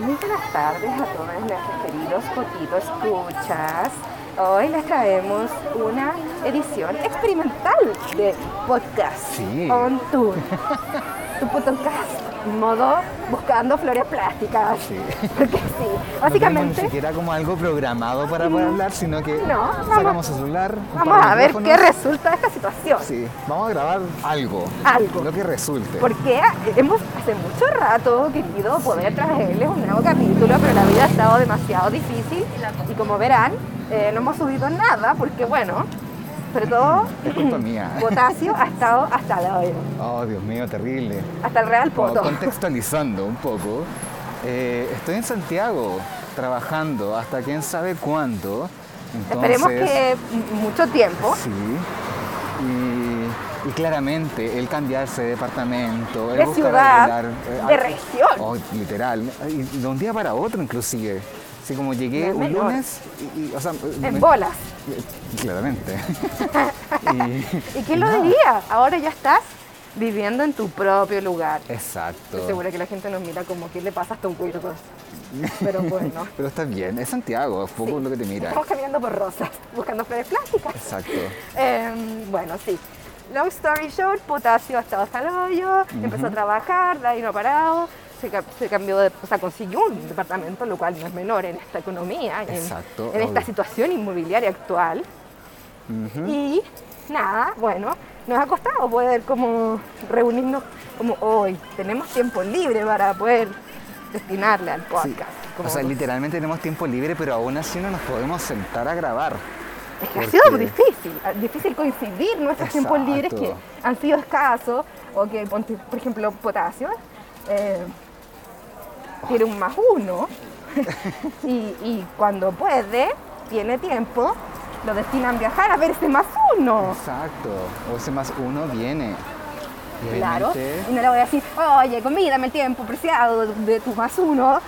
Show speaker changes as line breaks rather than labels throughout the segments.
Muy buenas tardes a todos nuestros queridos poquitos escuchas. Hoy les traemos una edición experimental de podcast
Sí.
on tour. tu podcast modo buscando flores plásticas.
Sí.
Porque sí,
No tenemos
básicamente Mm.
ni siquiera como algo programado para poder hablar, sino que
No, vamos-
sacamos el celular. un par
vamos
de
a ver qué
micrófonos.
resulta de esta situación.
Sí, vamos a grabar algo.
Algo.
Lo que resulte.
Porque hemos hace mucho rato querido poder traerles un nuevo capítulo, pero la vida ha estado demasiado difícil y como verán, eh, no hemos subido nada porque bueno, sobre todo
Es culpa mía.
Potasio ha estado hasta la olla,
Oh, Dios mío, terrible.
hasta el Real
Como
Poto.
contextualizando un poco, eh, estoy en Santiago trabajando hasta quién sabe cuándo. Entonces,
Esperemos que mucho tiempo.
Sí. Y, y claramente el cambiarse de departamento, el
De
buscar
ciudad,
arreglar,
de
ah,
región.
oh, literal. Y de un día para otro inclusive. Así como
No
llegué
es
un
menor.
lunes y, y, o sea,
En
me-
bolas.
Claramente.
¿Y quién lo diría? Ahora ya estás viviendo en tu propio lugar.
Exacto.
Estoy segura que la gente nos mira como que le pasa hasta un cuerpo. Pero bueno.
Pero está bien, es Santiago, es poco lo que te mira.
Estamos caminando por rosas, buscando flores plásticas.
Exacto.
Eh, bueno, sí. Long story short, Potasio ha estado hasta el hoyo, empezó a trabajar, de ahí no ha parado, se, ca- se cambió de, o sea, consiguió un departamento, lo cual no es menor en esta economía, en,
Exacto,
en esta
obvio.
situación inmobiliaria actual. Y nada, bueno, nos ha costado poder como reunirnos como hoy. Tenemos tiempo libre para poder destinarle al
Sí.
podcast. como-
O sea, literalmente tenemos tiempo libre, pero aún así no nos podemos sentar a grabar.
Es que ha
Porque-
sido difícil, ah, difícil coincidir nuestros tiempos libres que
Exacto.
han sido escasos, o que, ponte- por ejemplo, Potasio eh, tiene un más uno, y, y cuando puede, tiene tiempo, lo destinan a viajar a ver ese más uno.
Exacto. O ese más uno viene. Y
Claro,
obviamente-
y no le voy a decir, oye, comídame el tiempo preciado de tu más uno,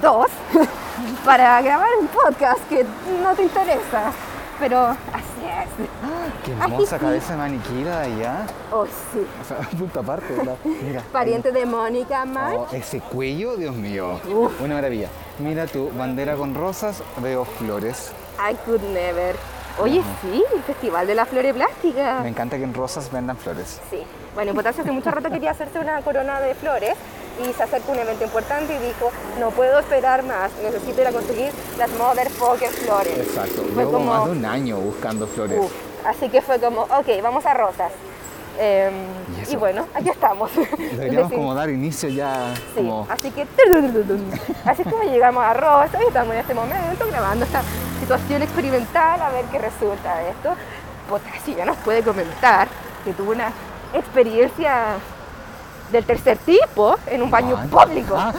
dos, para grabar un podcast que no te interesa. Pero así es.
¡Ah! Qué
Ay,
hermosa
sí.
cabeza de maniquí la de allá.
Oh, sí.
O sea, punta aparte. la- Mira.
Pariente de Mónica Mar.
Oh, ese cuello, Dios mío.
Uf.
Una maravilla. Mira tu bandera con rosas, veo flores.
I could never. Oye, sí, el Festival de la Flore Plástica.
Me encanta que en rosas vendan flores.
Sí. Bueno, Potasio hace mucho rato quería hacerse una corona de flores y se acerca un evento importante y dijo, no puedo esperar más, necesito ir a conseguir las motherfucking flores.
Exacto.
Fue
Llevo
como-
más de un año buscando flores.
Uf. Así que fue como, ok, vamos a Rosas. Em,
¿Y
y,
eso?
bueno, aquí estamos.
Deberíamos
Decid-
como dar inicio ya.
Sí,
Como...
así que... tururururun. Así es como llegamos a Rosa y estamos en este momento grabando esta situación experimental a ver qué resulta de esto. Potasio ya nos puede comentar que tuvo una experiencia del tercer tipo en un baño
Ah,
público.
ah.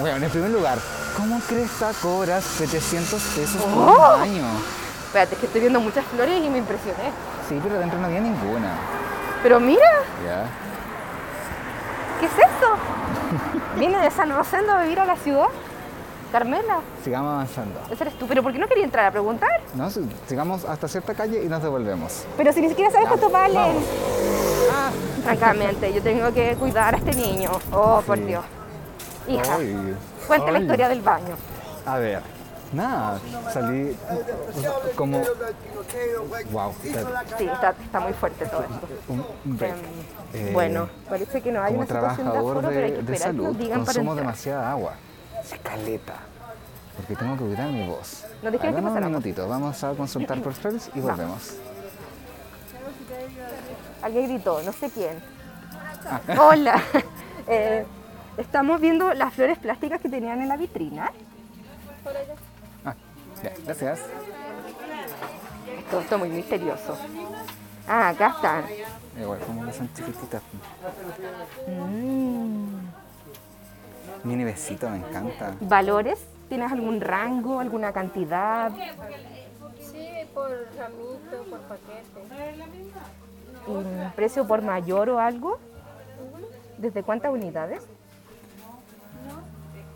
bueno, en primer lugar, ¿cómo cresta cobras 700 pesos por un
Oh.
baño?
Espérate, es que estoy viendo muchas flores y me impresioné.
Sí, pero dentro no había ninguna.
Pero mira,
Ya.
¿qué es esto? Viene de San Rosendo a vivir a la ciudad. Carmela,
Sigamos avanzando.
ese eres tú. ¿Pero por qué no quería entrar a preguntar?
No, si- sigamos hasta cierta calle y nos devolvemos.
Pero si ni siquiera sabes
Ya,
cuánto valen.
vamos.
Ah, francamente, yo tengo que cuidar a este niño. Oh, por
Sí.
Dios. Hija,
Ay.
cuenta la
Ay.
historia del baño.
A ver, nada, salí como Wow,
Sí, está, está muy fuerte todo esto.
un un break.
Em,
Eh,
bueno, parece que no hay
como
una situación de
trabajador
aforo, pero hay que
de, de
esperar que
salud,
nos digan para
consumo
entrar.
demasiada agua. Se caleta. Porque tengo que cuidar mi voz.
No te creas que
Hagamos un
pasará.
minutito, vamos a consultar por flores y volvemos.
Alguien gritó, no sé quién.
Ah.
Hola. Eh, estamos viendo las flores plásticas que tenían en la vitrina.
Ah, ya, gracias.
Esto, esto es muy misterioso. Ah, acá están.
Igual, como que son chiquititas.
Mm.
Mini besito, me encanta.
¿Valores? ¿Tienes algún rango, alguna cantidad?
Sí, por ramito, por paquete.
¿Un precio por mayor o algo? ¿Desde cuántas unidades?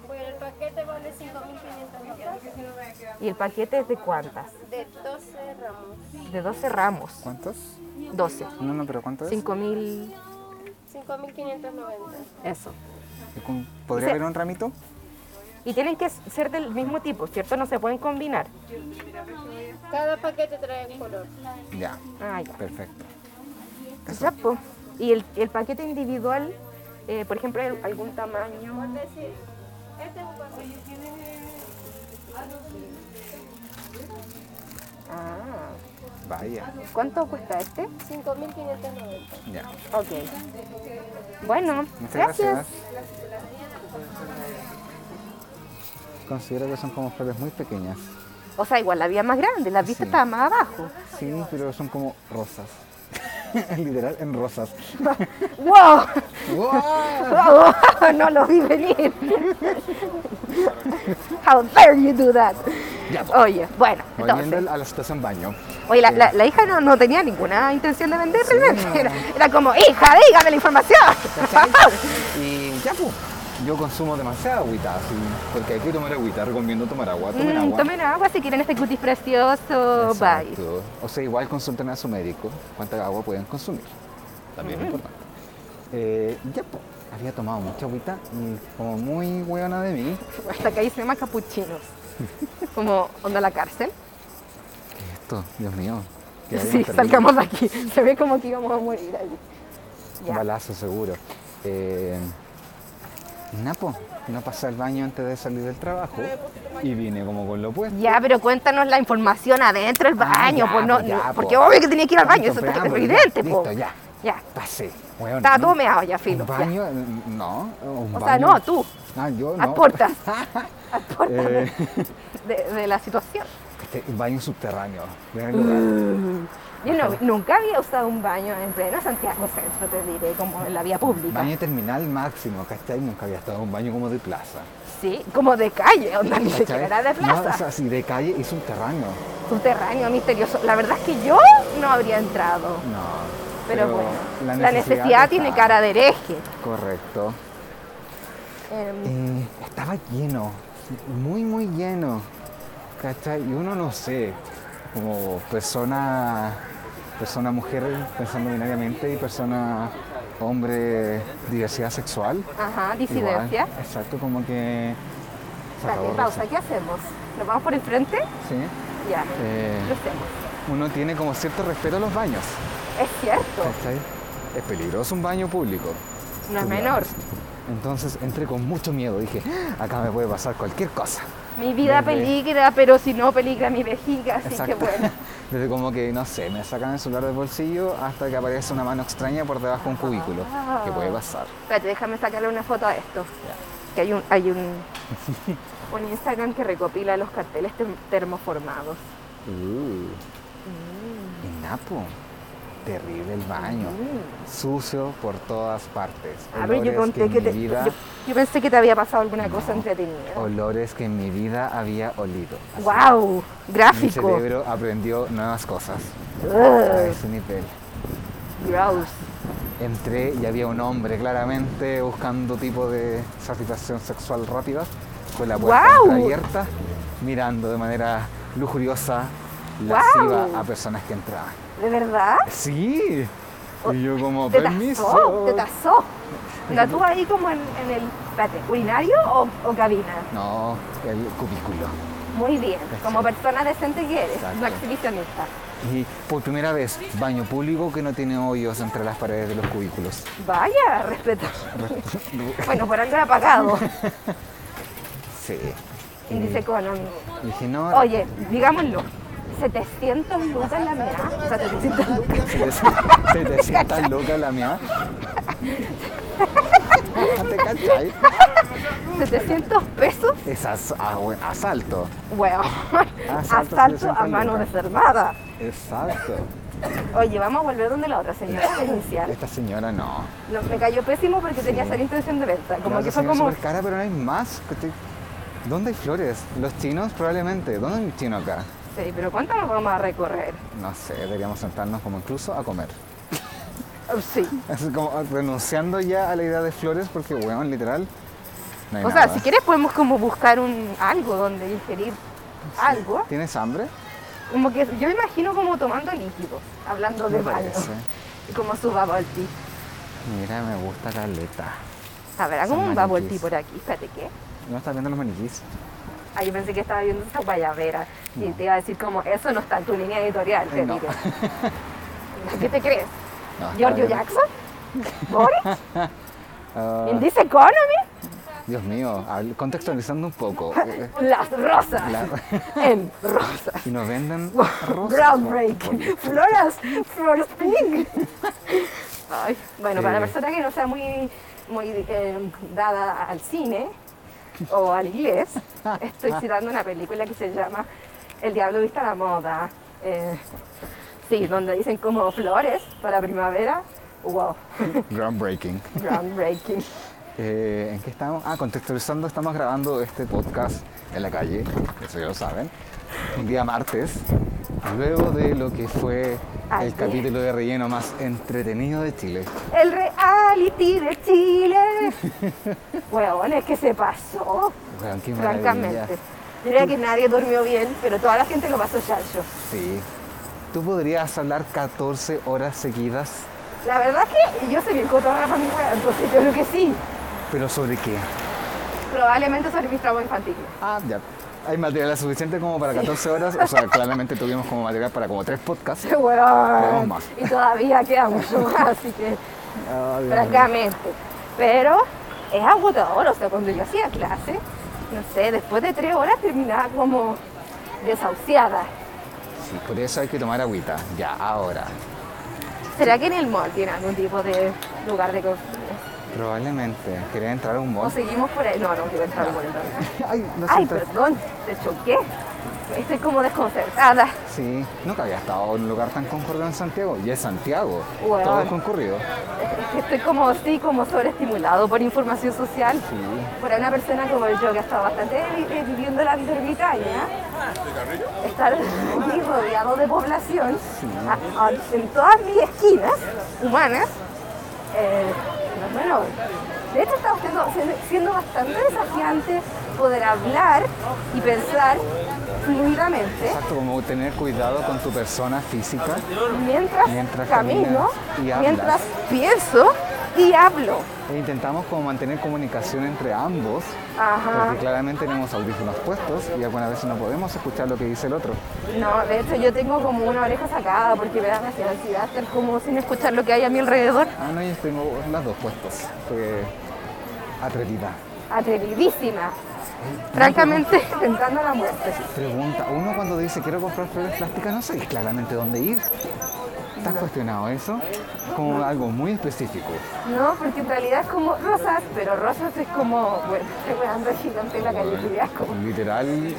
Bueno, el paquete vale 5.500 pesos
¿Y el paquete es de cuántas?
de 12 ramos.
De 12 ramos.
¿Cuántos?
12.
No, no, pero ¿cuántos?
5.000.
5.590.
Eso.
¿Con- ¿Podría
Sí.
haber un ramito?
Y tienen que ser del mismo tipo, ¿cierto? No se pueden combinar.
Cada paquete trae un color.
Ya,
Ah, ya.
perfecto.
Ya, po. Y el, el paquete individual, eh, por ejemplo, el- algún tamaño.
decir, este es un paquete.
Ah,
Vaya,
¿cuánto cuesta este?
5.590.
ya.
Ok. Bueno,
Muchas
gracias.
gracias. Considero que son como flores muy pequeñas.
O sea, igual la vía más grande, la vista
Sí.
estaba más abajo.
Sí, pero son como rosas. Literal, en rosas.
¡Wow!
¡Wow!
¡Wow! No lo vi venir. How dare you do that.
Ya, po.
Oye, bueno,
Volviendo
entonces.
a la situación baño.
Oye, la, la- la hija no, no tenía ninguna intención de vender
Sí,
realmente.
no.
Era, era como, hija, dígame la información.
¿Cachai? Y ya, pues. Yo consumo demasiada agüita, así, porque hay que tomar agüita, recomiendo tomar agua, tomen
Mm,
agua.
tomen agua si quieren este cutis precioso. Bye.
Exacto. O sea, igual consulten a su médico cuánta agua pueden consumir. También es importante. Eh, ya, pues, había tomado mucha agüita y como muy hueona de mí,
Hasta que ahí se llama capuchinos. Como onda la cárcel.
¿qué es esto? Dios mío. que
Sí, salgamos de aquí. Se ve como que íbamos a morir ahí.
Un
Ya.
balazo seguro. Eh, Napo, no pasé al baño antes de salir del trabajo y vine como con lo puesto.
Ya, pero cuéntanos la información adentro del
Ah,
baño,
ya,
pues no,
pues, ya,
no-
pues.
porque obvio que tenía que ir al baño,
Listo,
eso está
preámbulo, ya,
evidente, po.
Listo, ya.
Ya.
Pasé, weón.
Estaba todo
No,
meado ya, filo.
Un
ya.
baño, eh, no. un
O sea,
baño-
no, tú.
Ah, yo no.
Haz puertas. Haz puertas de-
Eh,
de, de la situación.
este, un baño subterráneo.
Mm,
primer lugar.
Yo no- nunca había usado un baño en pleno Santiago Centro, te diré, como en la vía pública.
Baño terminal máximo, ¿cachai? Nunca había estado en un baño como de plaza.
Sí, como de calle, onda, ni
¿cachai?
siquiera era de plaza.
No, o sea, sí, de calle y subterráneo.
subterráneo, misterioso. La verdad es que yo no habría entrado.
No.
Pero, bueno, la necesidad, tiene
está.
cara de hereje.
Correcto.
Em,
Eh, estaba lleno, muy, muy lleno. ¿Cachai? Y uno no sé, como persona, persona mujer pensando binariamente y persona hombre diversidad sexual.
ajá,
igual,
disidencia.
exacto, como que. se
Dale,
acabó
pausa,
recién.
¿qué hacemos? ¿Nos vamos por el frente?
Sí.
Ya,
Eh,
lo hacemos.
uno tiene como cierto respeto a los baños.
Es cierto,
¿cachai? Es peligroso un baño público.
no es
Tú
menor.
sabes. Entonces entré con mucho miedo. Dije, "Ah, acá me puede pasar cualquier cosa.
Mi vida
Desde-
peligra, pero si no peligra mi vejiga, así
Exacto.
que bueno.
Desde como que, no sé, me sacan el celular del bolsillo hasta que aparece una mano extraña por debajo de un cubículo.
Ah.
Que puede pasar.
Espérate, déjame sacarle una foto a esto.
Ya.
Que hay un, hay un, un Instagram que recopila los carteles tem- termoformados.
Uh. Y Napo, terrible el baño.
Mm.
Sucio por todas partes.
A ver, yo,
Olores
conté que
en mi
te-
vida,
yo- yo pensé que te había pasado alguna cosa
No.
entretenida.
Olores que en mi vida había olido. Así,
¡Wow!
Mi
Gráfico.
cerebro aprendió nuevas cosas. A
Ugh,
ese nivel.
gross.
Entré y había un hombre claramente buscando tipo de satisfacción sexual rápida, con la puerta
¡Guau!
abierta, mirando de manera lujuriosa,
¡Guau!
lasciva a personas que entraban.
¿De verdad?
Sí. Y yo como
Oh, Te
permiso.
tasó, te tasó. ¿La tú ahí como en, en el espérate, urinario o, o cabina?
No, el cubículo.
Muy bien, como persona decente que eres,
Exacto.
no exhibicionista.
Y por primera vez, baño público que no tiene hoyos entre las paredes de los cubículos.
Vaya, respeto. bueno, por algo era pagado.
Sí. Mm.
Índice económico.
Y dije, no,
Oye, digámoslo, 700 lucas la mía. O sea, 700 lucas.
se te sienta loca la mía. ¿Te cachai?
700 pesos,
Es as- ah, bueno, asalto.
weón.
Asalto,
Asalto a
700
mano
Ah, lucas.
desarmada.
Exacto.
Oye, vamos a volver donde la otra señora a iniciar.
Esta señora no.
No, me cayó pésimo porque tenía esa intención de venta. Como
Claro,
que fue
señora
como.
súper cara, pero no hay más. que te- ¿Dónde hay flores? Los chinos probablemente. ¿Dónde hay un chino acá?
Sí, pero ¿cuánto nos vamos a recorrer?
No sé, deberíamos sentarnos como incluso a comer.
Oh, sí.
Es como renunciando ya a la idea de flores porque, weón, literal, no hay
O sea,
nada.
si quieres podemos como buscar un algo donde ingerir algo.
¿Tienes hambre?
Como que yo me imagino como tomando líquidos, hablando de
Me
baño.
parece.
Y como su bubble tea.
Mira, me gusta Caleta.
Habrá
Son
como un
maniquís.
bubble tea por aquí, espérate que.
No estás viendo los maniquís.
Ahí pensé que estaba viendo esa guayabera. Y te iba a decir como, eso no está en tu línea editorial, te
No. Ah,
digo. ¿Qué te crees?
No, estaba
¿Giorgio
viendo-
Jackson? ¿Boris?
Ah,
¿In this economy?
Dios mío, habl- contextualizando un poco. eh,
Las rosas.
La-
En rosas.
Y nos venden rosas.
Groundbreaking. Floras. Flores pink. Ay, bueno, para la
Eh.
persona que no sea muy, muy eh, dada al cine o al inglés, estoy citando una película que se llama El diablo vista a la moda. Eh, sí, donde dicen como flores para primavera. Wow,
Groundbreaking.
groundbreaking.
Eh, ¿En qué estamos? Ah, contextualizando, estamos grabando este podcast en la calle, eso ya lo saben. Un día martes, luego de lo que fue el
Ayer.
capítulo de relleno más entretenido de Chile.
El reality de Chile. Weón, es que se pasó.
Weón, qué maravilla.
Francamente. Yo diría que nadie durmió bien, pero toda la gente lo pasó chacho.
Sí. ¿Tú podrías hablar 14 horas seguidas?
La verdad es que yo soy bien cotorra para mi wea, entonces yo creo que sí.
¿Pero sobre qué?
Probablemente sobre mis traumas infantiles.
Ah, ya. Hay material suficiente como para 14 horas. O sea, claramente tuvimos como material para como tres podcasts.
Weón.
más.
Y todavía queda mucho más, así que
Ah, Dios mío.
francamente. Pero es agotador, o sea, cuando yo hacía clase, no sé, después de tres horas terminaba como desahuciada.
Sí, por eso hay que tomar agüita. Ya, ahora.
¿Será que en el mall tiene algún tipo de lugar de consumo?
Probablemente. Quería entrar a un
¿O
mall.
seguimos por ahí? No, no quiero entrar por el mall.
Ay, lo
Oh, Ay,
siento.
perdón, te choqué. Estoy como desconcertada.
Sí, nunca había estado en un lugar tan concurrido en Santiago. Y es Santiago.
Weón.
Todo es concurrido.
Estoy como, sí, como sobreestimulado por información social.
Sí.
Para una persona como yo que ha estado bastante vi- eh, viviendo la vida ermitaña,
Ah,
estar muy rodeado de población, a- a- en todas mis esquinas humanas, eh, no es menor. De hecho, está siendo, siendo- siendo bastante desafiante poder hablar y pensar fluidamente
Exacto, como tener cuidado con tu persona física.
mientras,
Mientras
camino,
caminas y hablas.
mientras pienso y hablo.
E intentamos como mantener comunicación entre ambos.
Ajá.
Porque claramente tenemos audífonos puestos y algunas veces no podemos escuchar lo que dice el otro.
No, de hecho yo tengo como una oreja sacada porque me da demasiada ansiedad estar como sin escuchar lo que hay a mi alrededor.
Ah, no, yo tengo las dos puestas. Porque atrevida.
Atrevidísima. Francamente, tentando la muerte.
Pregunta, uno cuando dice quiero comprar flores plásticas no sabes claramente dónde ir. ¿Estás cuestionado eso? Como algo muy específico.
No, porque en realidad es como rosas, pero rosas es como, bueno, estoy weando gigante en la calle, que veas como-
Literal, eh,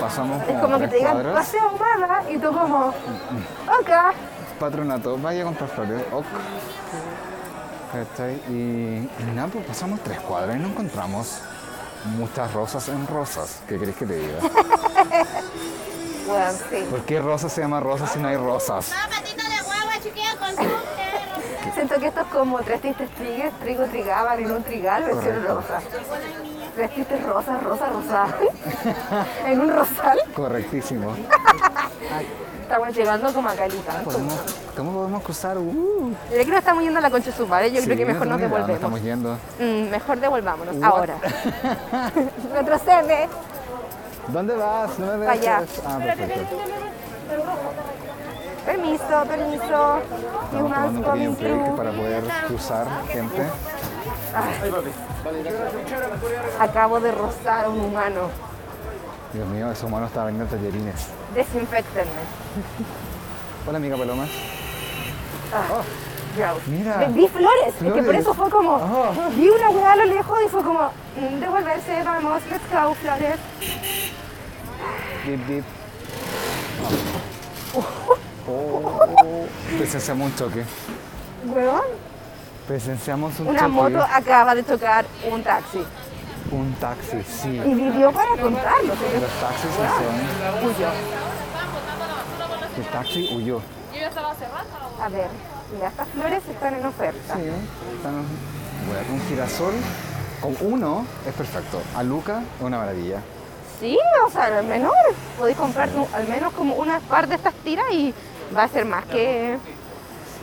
pasamos
Es
como,
como que
tres
te digan,
cuadras.
paseo ahumada, y tú como, ok,
Patronato, vaya a comprar flores. ok. ¿Cachai? Y, y nada, pues pasamos tres cuadras y no encontramos muchas rosas en rosas. ¿Qué crees que te diga?
bueno, sí.
¿Por qué rosa se llama rosa si no hay rosas?
Una patita de guagua chiquilla con su
Siento que esto es como tres tristes trigues, trigo trigaban en un trigal, versión rosa. Tres tristes rosas, rosa, rosa. en un rosal.
Correctísimo.
Estamos llegando como a Calita.
Podemos- ¿Cómo podemos cruzar? Uh,
Yo creo que nos estamos yendo a la concha de su madre, yo creo
sí,
que mejor
no
nos
tengo idea de dónde
devolvemos.
Estamos yendo.
Mm, mejor devolvámonos,
What?
ahora. Retrocede.
¿Dónde vas? No me
Pa' allá.
dejes. Ah, perfecto.
Permiso, permiso. Y
Estamos
más
tomando un pequeño
coming
break
through.
para poder cruzar gente.
Acabo de rozar a un humano.
Dios mío, esos humanos están vendiendo tallerines.
Desinfectenme.
Hola, amiga Paloma.
Gross.
Mira.
Ve- Vi flores, es que por
Flores.
eso fue como,
Ah.
vi una hueá a lo lejos y fue como, mm, devolverse, vamos, let's go, flores.
Bip, bip. Oh. Presenciamos un choque.
Huevón,
Presenciamos un
una
choque.
moto acaba de chocar un taxi
Un taxi, sí.
y vivió para contarlo. señor.
Los taxis no son.
Huyó.
El taxi huyó.
A ver, mira, estas flores están en oferta.
Sí. Están... Bueno, un girasol con uno es perfecto. A Luca es una maravilla.
Sí, o sea, al menor. Podéis comprar tú al menos como una par de estas tiras y va a ser más que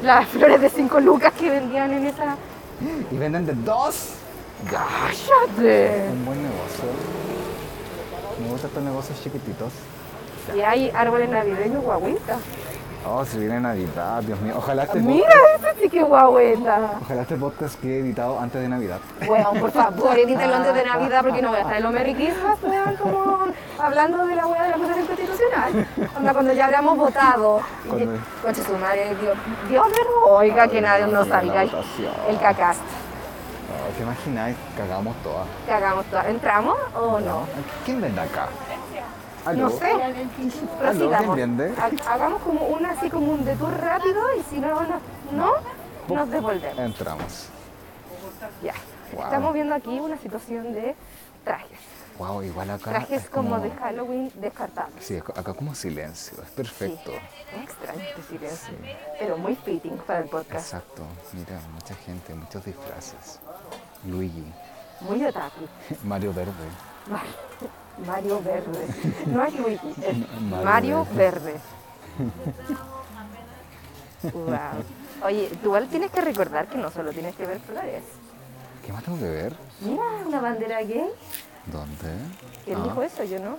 las flores de 5 lucas que vendían en esa.
Y venden de dos.
¡Cállate!
Un buen negocio. Me gustan estos negocios chiquititos.
Y hay árboles navideños guaguitas.
Oh, si viene Navidad, Dios mío. Ojalá este,
Mira, ese sí que es guagüita.
ojalá este podcast quede editado antes de Navidad.
Weón, por favor, edítelo antes de Navidad porque no voy a estar en los Merry Christmas, weón, como hablando de la weá de la Constitución Constitucional. Onda, cuando ya habíamos votado. Y que-
Cuando-
Conche su madre, Dios, Dios me oiga que nadie nos
la
salga el,
votación.
el cacast.
Oh, ¿Te imagináis? Cagamos todas.
Cagamos todas. ¿Entramos o no?
¿Quién vende acá?
No
¿Aló?
sé.
Aló, ¿quién
Prosigamos.
vende?
Ha- Hagamos como un así como un detour rápido y si no, no, no nos devolvemos.
Entramos.
Ya.
Wow.
Estamos viendo aquí una situación de trajes.
Wow, igual acá.
Trajes
Ah, es
como de Halloween descartables.
Sí, acá acá como silencio. Es
Sí.
perfecto.
Es extraño este silencio, pero muy fitting para el podcast.
Exacto. Mira, mucha gente, muchos disfraces. Luigi,
Muy otaku.
Mario Verde.
Mar- Mario Verde. No es Luigi, es
Mario
Mario Verde. Wow. Oye, tú igual tienes que recordar que no solo tienes que ver flores.
¿Qué más tengo que ver?
Mira, una bandera gay.
¿Dónde?
¿Quién
Ah,
dijo eso? Yo no.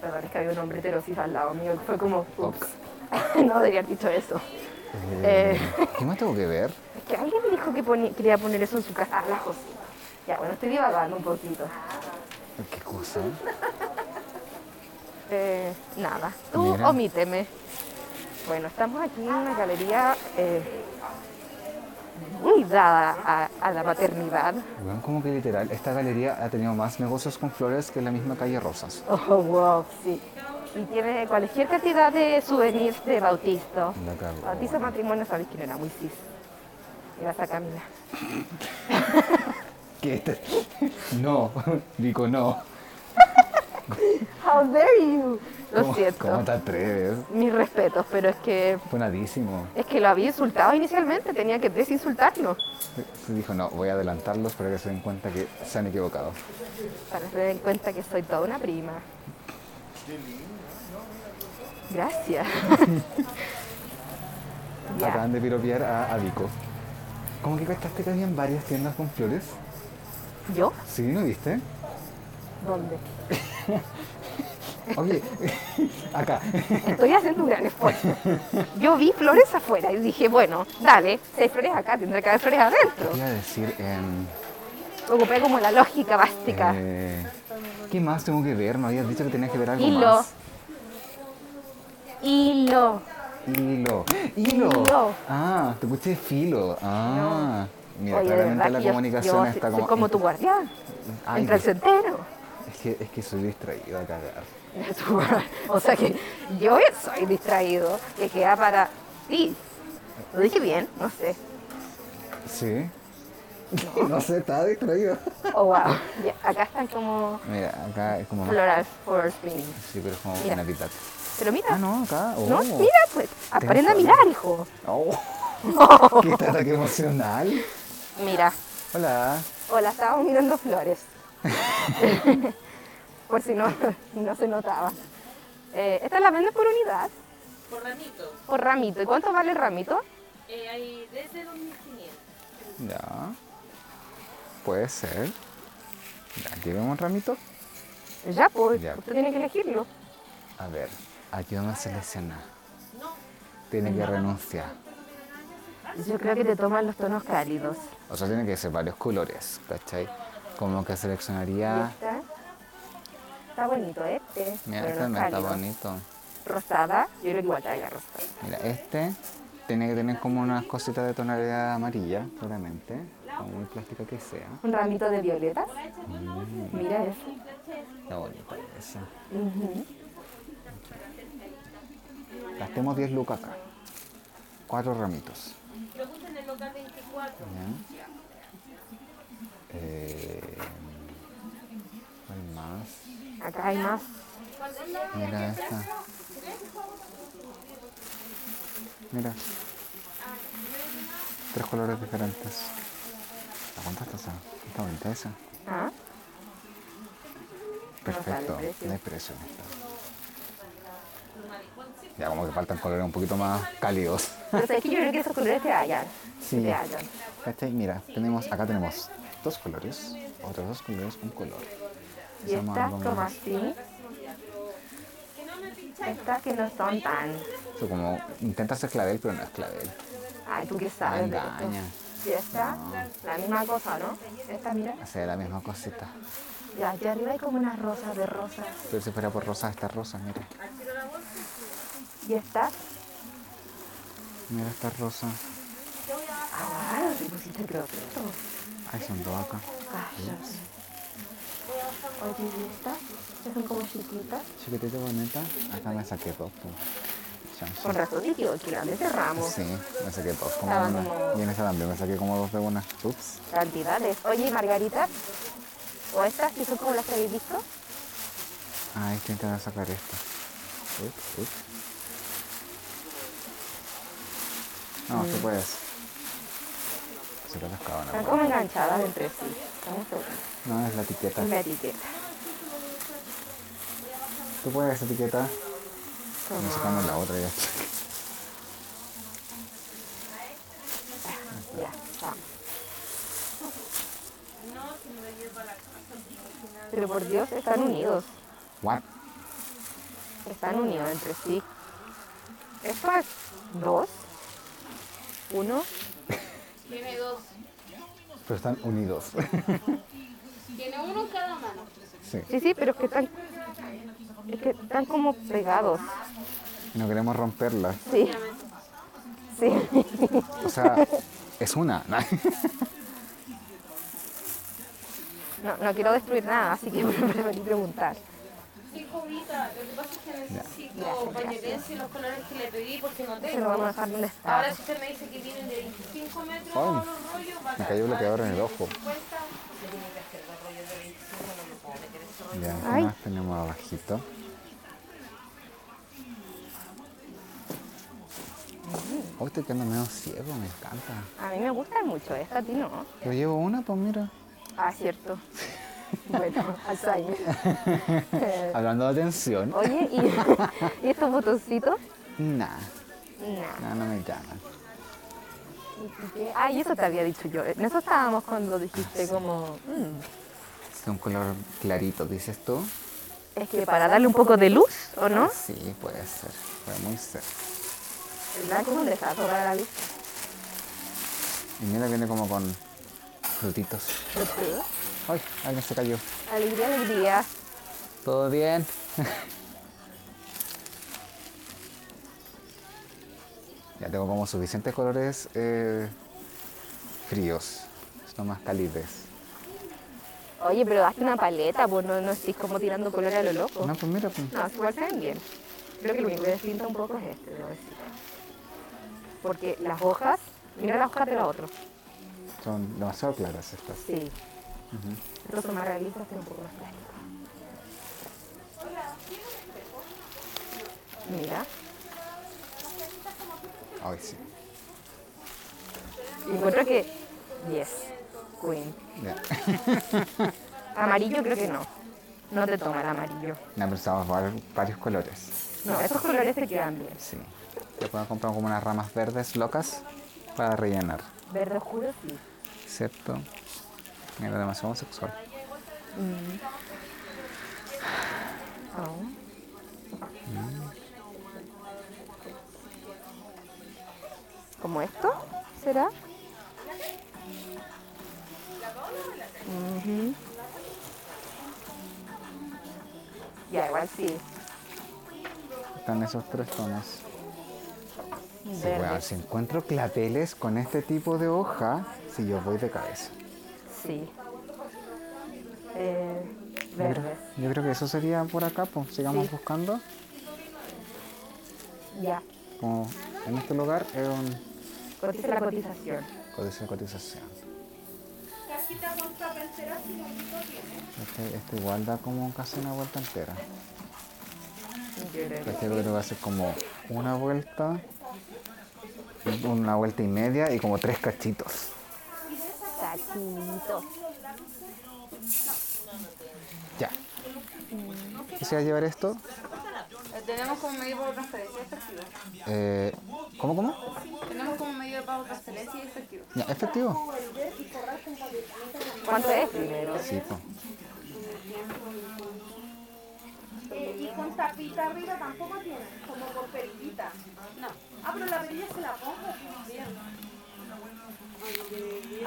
Perdón, es que había un hombre heterosis al lado mío. Fue como, ups. no debería haber dicho eso.
eh, ¿Qué más tengo que ver?
Es que alguien me dijo que poni- quería poner eso en su casa. Ah, la José. Ya, bueno, estoy divagando un poquito.
¿Qué cosa?
Eh, nada, tú
Mira.
omíteme. Bueno, estamos aquí en una galería eh, muy dada a, a la maternidad.
Weón, como que literal, esta galería ha tenido más negocios con flores que en la misma calle Rosas.
Oh, wow, sí. Y tiene cualquier cantidad de souvenirs de bautizo.
La cagó.
Bautizo, matrimonio, sabéis quién era, muy cis. Y vas a caminar.
¿Qué? No, Nico, no.
How dare you? Lo
¿Cómo-
siento.
¿Cómo te atreves?
Mis respetos, pero es que
Fue nadísimo.
es que lo había insultado inicialmente, tenía que desinsultarlo.
Se dijo, no, voy a adelantarlos para que se den cuenta que se han equivocado.
Para que se den cuenta que soy toda una prima. Gracias. Ya.
Acaban de piropear a, a Vico. ¿Cómo que captaste que habían varias tiendas con flores?
¿Yo?
Sí, ¿no viste?
¿Dónde?
Oye, acá.
Estoy haciendo un gran esfuerzo. Yo vi flores afuera y dije, bueno, dale, si hay flores acá, tendrá que haber flores adentro.
Te iba a decir, em,
Ocupé como la lógica básica.
eh, ¿qué más tengo que ver? Me habías dicho que tenías que ver algo
Hilo.
más.
Hilo.
Hilo. Hilo.
Hilo.
Ah, te escuché filo. Ah. Mira,
Oye, de
claramente
verdad
la
que yo-
comunicación
yo
está
soy
como...
como tu guardián.
Ay,
Entra el
Dios.
sendero.
es, que, es que soy distraído a cagar.
o sea que yo soy distraído, que queda para ti. Lo dije bien, no sé.
¿Sí? no sé, estaba distraído.
Oh, wow. Ya, acá están como
Mira, acá es como más
floral for spinning.
Sí, pero es como
Mira.
una mitad.
Pero mira,
Ah, no, acá. Oh.
no, mira, pues, aprende a
flores.
mirar, hijo.
Oh. ¡Qué ataque emocional!
Mira,
Hola.
hola, estábamos mirando flores. por si no, no se notaba. Eh, ¿Esta la venden por unidad?
Por ramito,
Por ramito. ¿Y cuánto vale el ramito?
eh, hay desde 2500.
Ya. Puede ser. Ya, aquí vemos un ramito.
Ya, pues,
Ya.
usted tiene que elegirlo.
A ver, ayúdame a seleccionar.
No,
Tiene que renunciar.
Yo creo que te toman los tonos cálidos.
O sea, tiene que ser varios colores, ¿cachai? Como que
Y
seleccionaría.
esta. Está bonito este.
Mira,
pero
este
es
no está
cálido.
bonito.
Rosada, yo creo que igual trae la rosada.
Mira, este tiene que tener como unas cositas de tonalidad amarilla, claramente. Como muy plástica que sea.
Un ramito de violetas. Mira eso.
Está bonita esa. Gastemos 10 lucas acá. Cuatro ramitos.
lo puse en el local 24.
¿ya? Eh, ¿Cuál más?
Acá hay más.
Mira esta. Mira. Tres colores diferentes. ¿La cuántas esa? Está bonita esa.
Ah,
Perfecto.
sale precio.
No hay precio en esta. Ya como que faltan colores un poquito más cálidos.
pero sabes que yo creo que esos colores te hallan.
Sí.
Te hallan.
¿Cachai? Mira, tenemos, acá tenemos dos colores, otros dos colores, un color.
Y
Esa
estas
mano,
como
mano.
así. Estas que no son tan.
Eso como intenta ser clavel, pero no es clavel.
Ay, tú qué sabes. de esto?
Engaña.
Y esta, la misma cosa, ¿no? Esta, mira.
Hace la misma cosita.
Y allá arriba hay como unas rosas de rosas.
Pero si fuera por rosas, estas rosas, mira.
Y estas.
Mira estas rosas.
Ah, le pusiste el croqueto.
Ay, son dos acá.
Callos. Oye, y estas, que son como chiquitas.
Chiquitito bonita. Acá me saqué dos. po. Chancho.
Con razón dije, que la cerramos.
Sí, me saqué dos como
Estaba
de una.
como-
Y en esa también me saqué como dos de una. Ups.
Cantidades. Oye, ¿y margaritas. O estas que son como las que habéis visto.
Ay, estoy intentando sacar esta. Ups, ups. No, tú puedes. Se te pescado,
Están
no.
como enganchadas entre sí. Vamos a ver.
No es la etiqueta.
Una etiqueta.
Tú puedes etiqueta.
Como-
Nos sacamos la otra ya.
Ya, vamos. Pero por Dios, están unidos.
What?
Están unidos entre sí. Esto es dos. Uno.
Tiene dos.
Pero están unidos.
Tiene uno en cada mano.
sí.
Sí, sí, pero es que están. Es que están como pegados.
No queremos romperla.
Sí. Sí.
O sea, es una. ¿no?
No, no quiero destruir nada, así que preferí preguntar.
Sí, Jovita, lo que pasa es que necesito
Gracias,
pañerense y los colores que le pedí porque no
Se lo vamos
tengo.
a dejar donde
Ahora
está.
si usted me dice que vienen de 25 metros los
Ay,
rollos, va
me cayó el bloqueador en el ojo. Ya, ¿qué
Ay.
más tenemos abajito? Hoy estoy quedando medio ciego, me encanta.
A mí me gustan mucho, esta a ti no.
Yo llevo una, pues mira.
Ah, cierto. Bueno, Alzheimer. Eh,
Hablando de atención.
Oye, ¿y, y estos botoncitos?
Nah,
Nah.
nah, no me llaman.
Ay, eso te había dicho yo. En eso estábamos cuando dijiste como... mm,
Es un color clarito, dices tú.
es que para darle un poco de luz, ¿o no?
Sí, puede ser. Puede muy ser.
El blanco es un desastre para la vista.
Y mira, viene como con frutitos. Ay, alguien se cayó.
Alegría, alegría.
¿Todo bien? ya tengo como suficientes colores eh, fríos. Son más calidez.
Oye, pero hazte una paleta, pues no, no estés como tirando color a lo loco.
No, pues mira, pues,
No, igual se ven bien. Creo que lo único que distinta un poco es este, debo decir. Porque las hojas, mira las hojas de los otros.
son demasiado claras estas.
Sí. Estos son más realistas, pero un poco más claros. Mira,
Ay, sí.
encuentro que. Yes, Queen.
Ya.
Amarillo creo que no. No te toma el amarillo.
Me han pensado varios, varios colores.
No, esos colores te quedan bien.
Sí. Le puedo comprar como unas ramas verdes locas para rellenar.
Verde oscuro sí.
¿Cierto? Mira, demasiado homosexual.
Oh. ¿Como esto? ¿Será? Ujú. Ya, igual sí.
Están esos tres tonos. Sí,
Verde.
weón, si encuentro claveles con este tipo de hoja, si yo voy de cabeza.
Sí. Eh,
Yo creo-
verdes.
Yo creo que eso sería por acá, pues sigamos
Sí.
buscando.
Ya.
Como en este lugar es un
Cotiza la cotización.
cotización cotización. Este, este igual da como casi una vuelta entera.
Yo creo que-
Este creo que va a ser como una vuelta, una vuelta y media y como tres cachitos.
Taquitos.
Ya. ¿Quisiera llevar esto?
Tenemos como medida pago transferencia efectivo.
Eh, ¿Cómo, cómo?
Tenemos como medida pago transferencia y efectivo.
Ya, efectivo.
¿Cuánto es primero?
Sí, po.
Eh, y con tapita arriba tampoco tiene, como con perillita.
No.
Ah, pero la perilla se la pongo.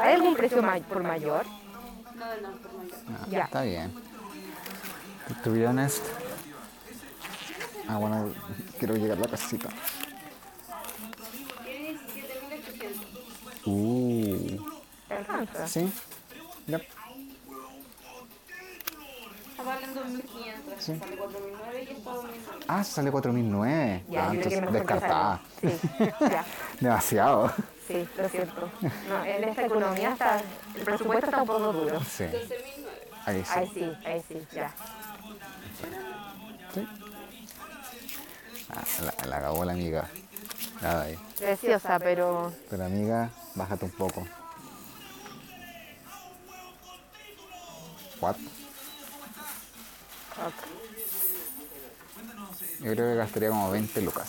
¿Hay algún precio ma- por mayor?
No del norte, no yo.
Ah,
Ya.
Está bien. To be honest, ah, bueno, quiero llegar a la casita.
Tiene 17.800.
Uh,
¿Te alcanza?
sí. Yep.
Está valiendo 1.500. Sale 4.009 y está 2.009.
Ah, sale 4009.
Ya,
ah,
yo creo que
entonces
mejor que
descartada.
salga. Sí, ya.
Demasiado.
Sí, lo siento. No, en esta economía está, el presupuesto está un poco duro.
Sí,
12.009.
ahí sí.
Ahí sí, ahí sí, ya.
Sí. Ah, la, la acabó la amiga. Nada ahí.
Preciosa, pero
Pero amiga, bájate un poco. What? Yo creo que gastaría como 20 lucas.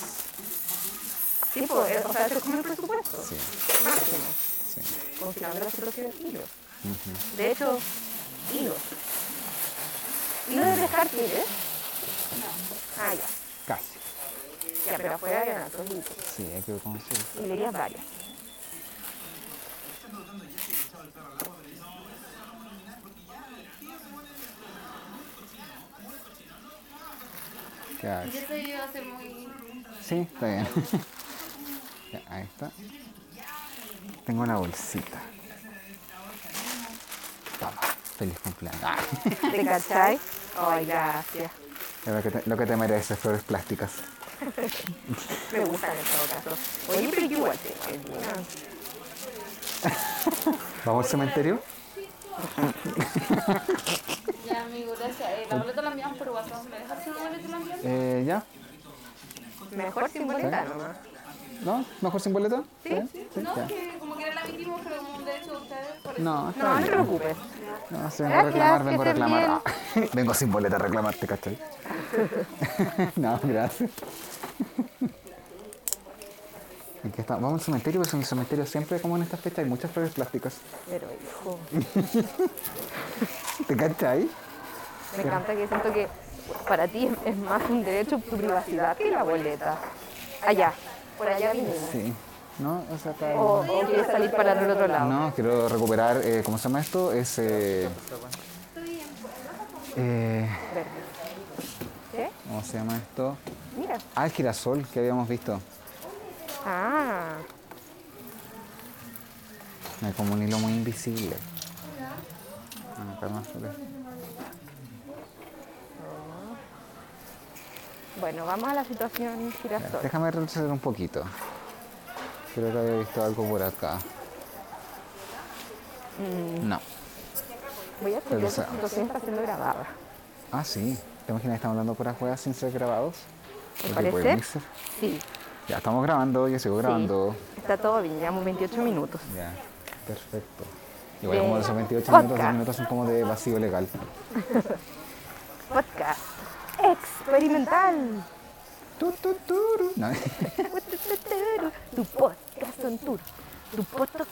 sí, pues, o sea, eso es como el presupuesto.
Sí,
máximo,
sí.
considerando la situación hilo. De hecho, hilo. ¿Hilo de descarte, eh? No. Ah, ya.
Casi.
Ya, pero afuera hay otros hilos.
Sí, hay que conocer.
Hilerías varias.
¿Qué hay?
Y eso iba a ser muy.
Sí, está bien. Ya, ahí está. Tengo una bolsita. Toma, feliz cumpleaños. Ah,
¿Te cachai? Ay, gracias.
es lo que te, lo que te mereces, flores plásticas.
Me gustan en todo caso. Oye, pero yo igual tengo alguna.
¿Vamos al cementerio?
Ya, amigo, gracias. Eh, la boleta la enviamos por WhatsApp. ¿Me dejas una boleta y la enviamos?
Eh, ¿Ya?
Mejor sin boleta nomás.
¿No? ¿Mejor sin boleto? Sí. sí,
No,
ya.
que como que era la emitimos, pero como de hecho ustedes. Por eso.
No,
No,
está
no te
bien.
preocupes.
No, si vengo a reclamar,
Gracias,
vengo a
que estén
reclamar. Ah, vengo sin boleta a reclamarte, ¿cachai? no, gracias. Aquí está. Vamos al cementerio, porque en el cementerio siempre, como en esta fecha, hay muchas flores plásticas.
Pero hijo,
¿Te cachai?
me encanta que siento que para ti es- es más un derecho tu privacidad que la boleta. Allá, por allá vinimos.
Sí. No, o sea, está-
O, o quieres salir para el otro lado.
No, quiero recuperar, eh, ¿cómo se llama esto? Es, eh, eh,
Verde. ¿Eh?
¿Cómo se llama esto?
Mira.
Ah, el girasol que habíamos visto.
Ah,
Hay como un hilo muy invisible. Ah, acá hay más flores.
bueno, vamos a la situación girasol.
Déjame retroceder un poquito. Creo que había visto algo por acá.
Mm.
No.
Voy a explicar
Pero
que esta
sabes.
situación está siendo grabada.
Ah, sí. ¿Te imaginas que estamos hablando puras juegas sin ser grabados?
¿Me
Porque podemos
parece?
ser.
Sí,
Ya estamos grabando, yo sigo grabando.
está todo bien, llevamos 28 minutos.
Ya, perfecto. Igual
Bien.
como de esos 28
Podcast.
minutos, 10 minutos son como de vacío legal.
Podcast experimental.
Tu, tu, turu. No.
Tu podcast on tour. Tu podcast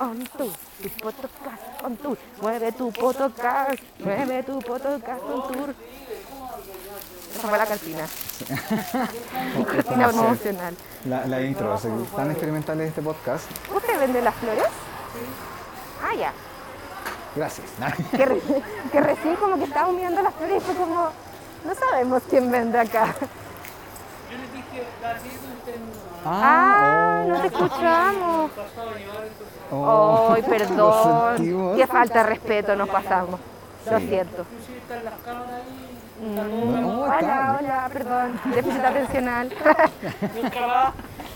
on tour. Tu podcast on tour. Mueve tu podcast. Mueve tu podcast on tour. Esa fue la cantina. Cantina promocional.
la, la intro, así que tan experimental es este podcast.
¿Usted vende las flores? Ah, ya.
Gracias.
Que, re- que recién como que estábamos mirando las flores y fue como, no sabemos quién vende acá. Ah, no te escuchamos.
oh,
Ay,
Lo
perdón.
sentimos.
Qué falta de respeto nos pasamos. Lo siento. Mm.
no,
Hola,
está-
hola, perdón. Déficit atencional.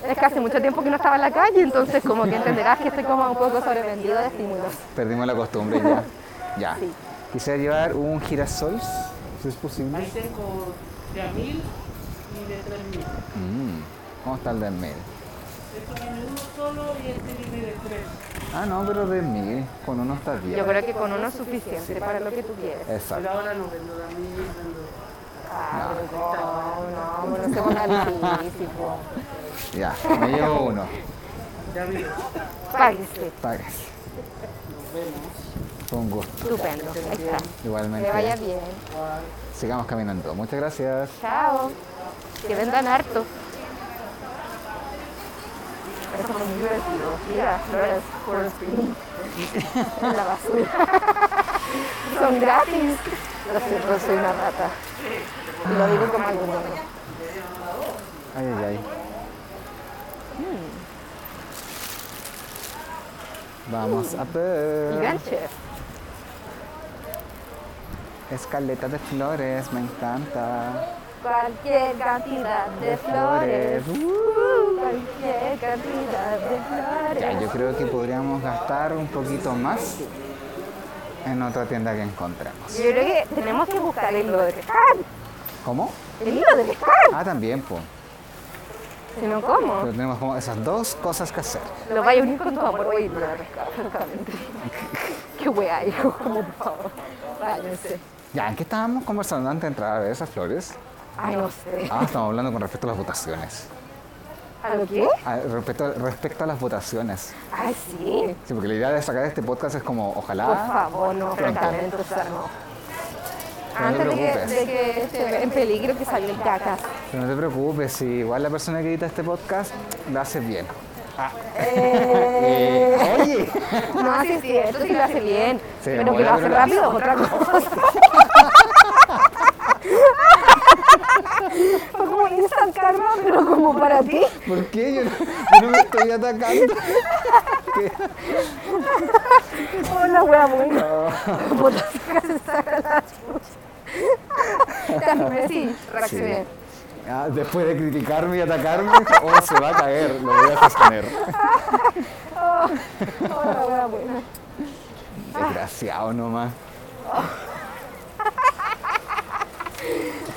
Es que hace mucho tiempo que no estaba en la calle, entonces como que entenderás que estoy como un poco sobrevendido de estímulos.
Perdimos la costumbre ya. Ya. Quisiera llevar un girasol, si es posible.
Ahí tengo de a mil y de tres mil.
Mm, ¿Cómo está el de mil?
Este viene uno solo y este viene de tres.
Ah, no, pero de mil, con uno está bien.
Yo creo que con uno es suficiente para lo que tú quieres.
Exacto.
Pero ahora no vendo de a mil, vendo
Ah, no, no, no se ponga difícil. po.
Ya, me llevo uno.
Páguese.
Pagas. Fue un gusto.
Estupendo. Ahí está. Que
Igualmente.
le vaya bien.
Sigamos caminando. Muchas gracias.
Chao. Que vendan harto. Eso es muy divertido. Mira, flores por spring. En la basura. Son gratis. Lo siento, soy una rata. Y Lo digo como algo bueno.
Ay, ay, ay.
Mm.
Vamos a
Mm. Y
ver.
ganche.
Escaleta de flores, me encanta.
Cualquier cantidad de flores. Uh, cualquier cantidad de flores.
Ya, Ah, yo creo que podríamos gastar un poquito más en otra tienda que encontremos.
Yo creo que tenemos que buscar el hilo de pescar.
¿Cómo?
El hilo de pescar.
Ah, también, pues.
Si no, ¿cómo?
Pero tenemos como esas dos cosas que hacer.
Lo vaya a unir con tu amor o hilo de pescar, francamente. Qué wea, hijo, como por favor. Váyanse.
Ya, ¿en qué estábamos conversando antes de entrar a ver esas flores?
Ay, no sé.
Ah, estamos hablando con respecto a las votaciones.
¿A lo qué?
Ah, respecto, respecto a las votaciones.
Ay, sí.
Sí, porque la idea de sacar este podcast es como,
Por
ojalá.
favor, no, francamente, o sea, no. Antes de que,
preocupes.
de que esté en peligro que salga el cacas.
Pero no te preocupes, si igual la persona que edita este podcast lo hace bien. Ah. Eh, oye.
No, sí es cierto, sí lo hace bien.
Sí,
pero que
bueno,
lo hace
pero-
rápido es otra cosa. Fue como instant karma, pero como para ti.
¿Por qué? Yo no, yo no me estoy atacando.
Fue una wea buena. Por las caras saca la chucha. También sí, reaccioné.
Ah, después de criticarme y atacarme, oh, se va a caer, lo voy a sostener.
Fue una wea buena.
Desgraciado nomás.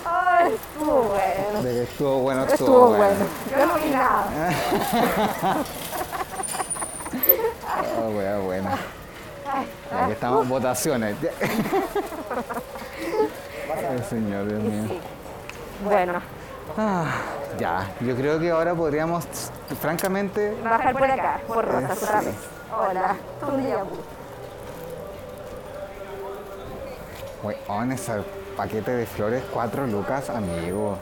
Ay, estuvo bueno.
De que estuvo bueno, estuvo,
Estuvo
bueno.
bueno. Yo no vi nada.
Ah, wea, buena. Ya que estamos en votaciones. Ay, señor, Dios mío.
Bueno,
Ah, ya, yo creo que ahora podríamos, francamente,
bajar por acá, por Rosas
Sí.
otra vez. Hola, un día vu.
weón, ese paquete de flores, cuatro lucas, amigo.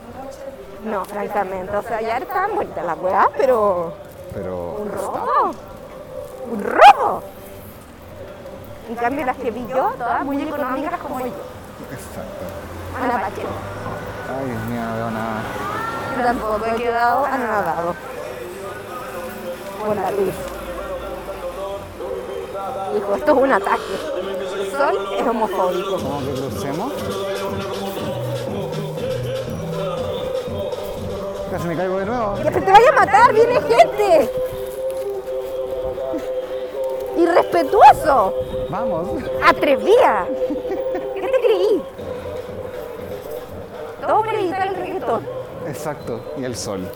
No, francamente, o sea, ya están vueltas las weas, pero.
Pero,
¿Un robo? ¿Un robo? En cambio, las que vi yo, todas muy económicas como yo.
exacto.
Ana Pacheco.
Ay, Dios mío, no veo nada.
Yo tampoco he quedado anonadado. Por la luz. Hijo, esto es un ataque. El sol es homofóbico.
¿Cómo que crucemos? Casi me caigo de nuevo.
¡Que te vaya a matar! ¡Viene gente! ¡Irrespetuoso!
Vamos.
¡Atrevía! ¿Qué te creí? Todo por evitar el reggaetón.
Exacto. Y el sol.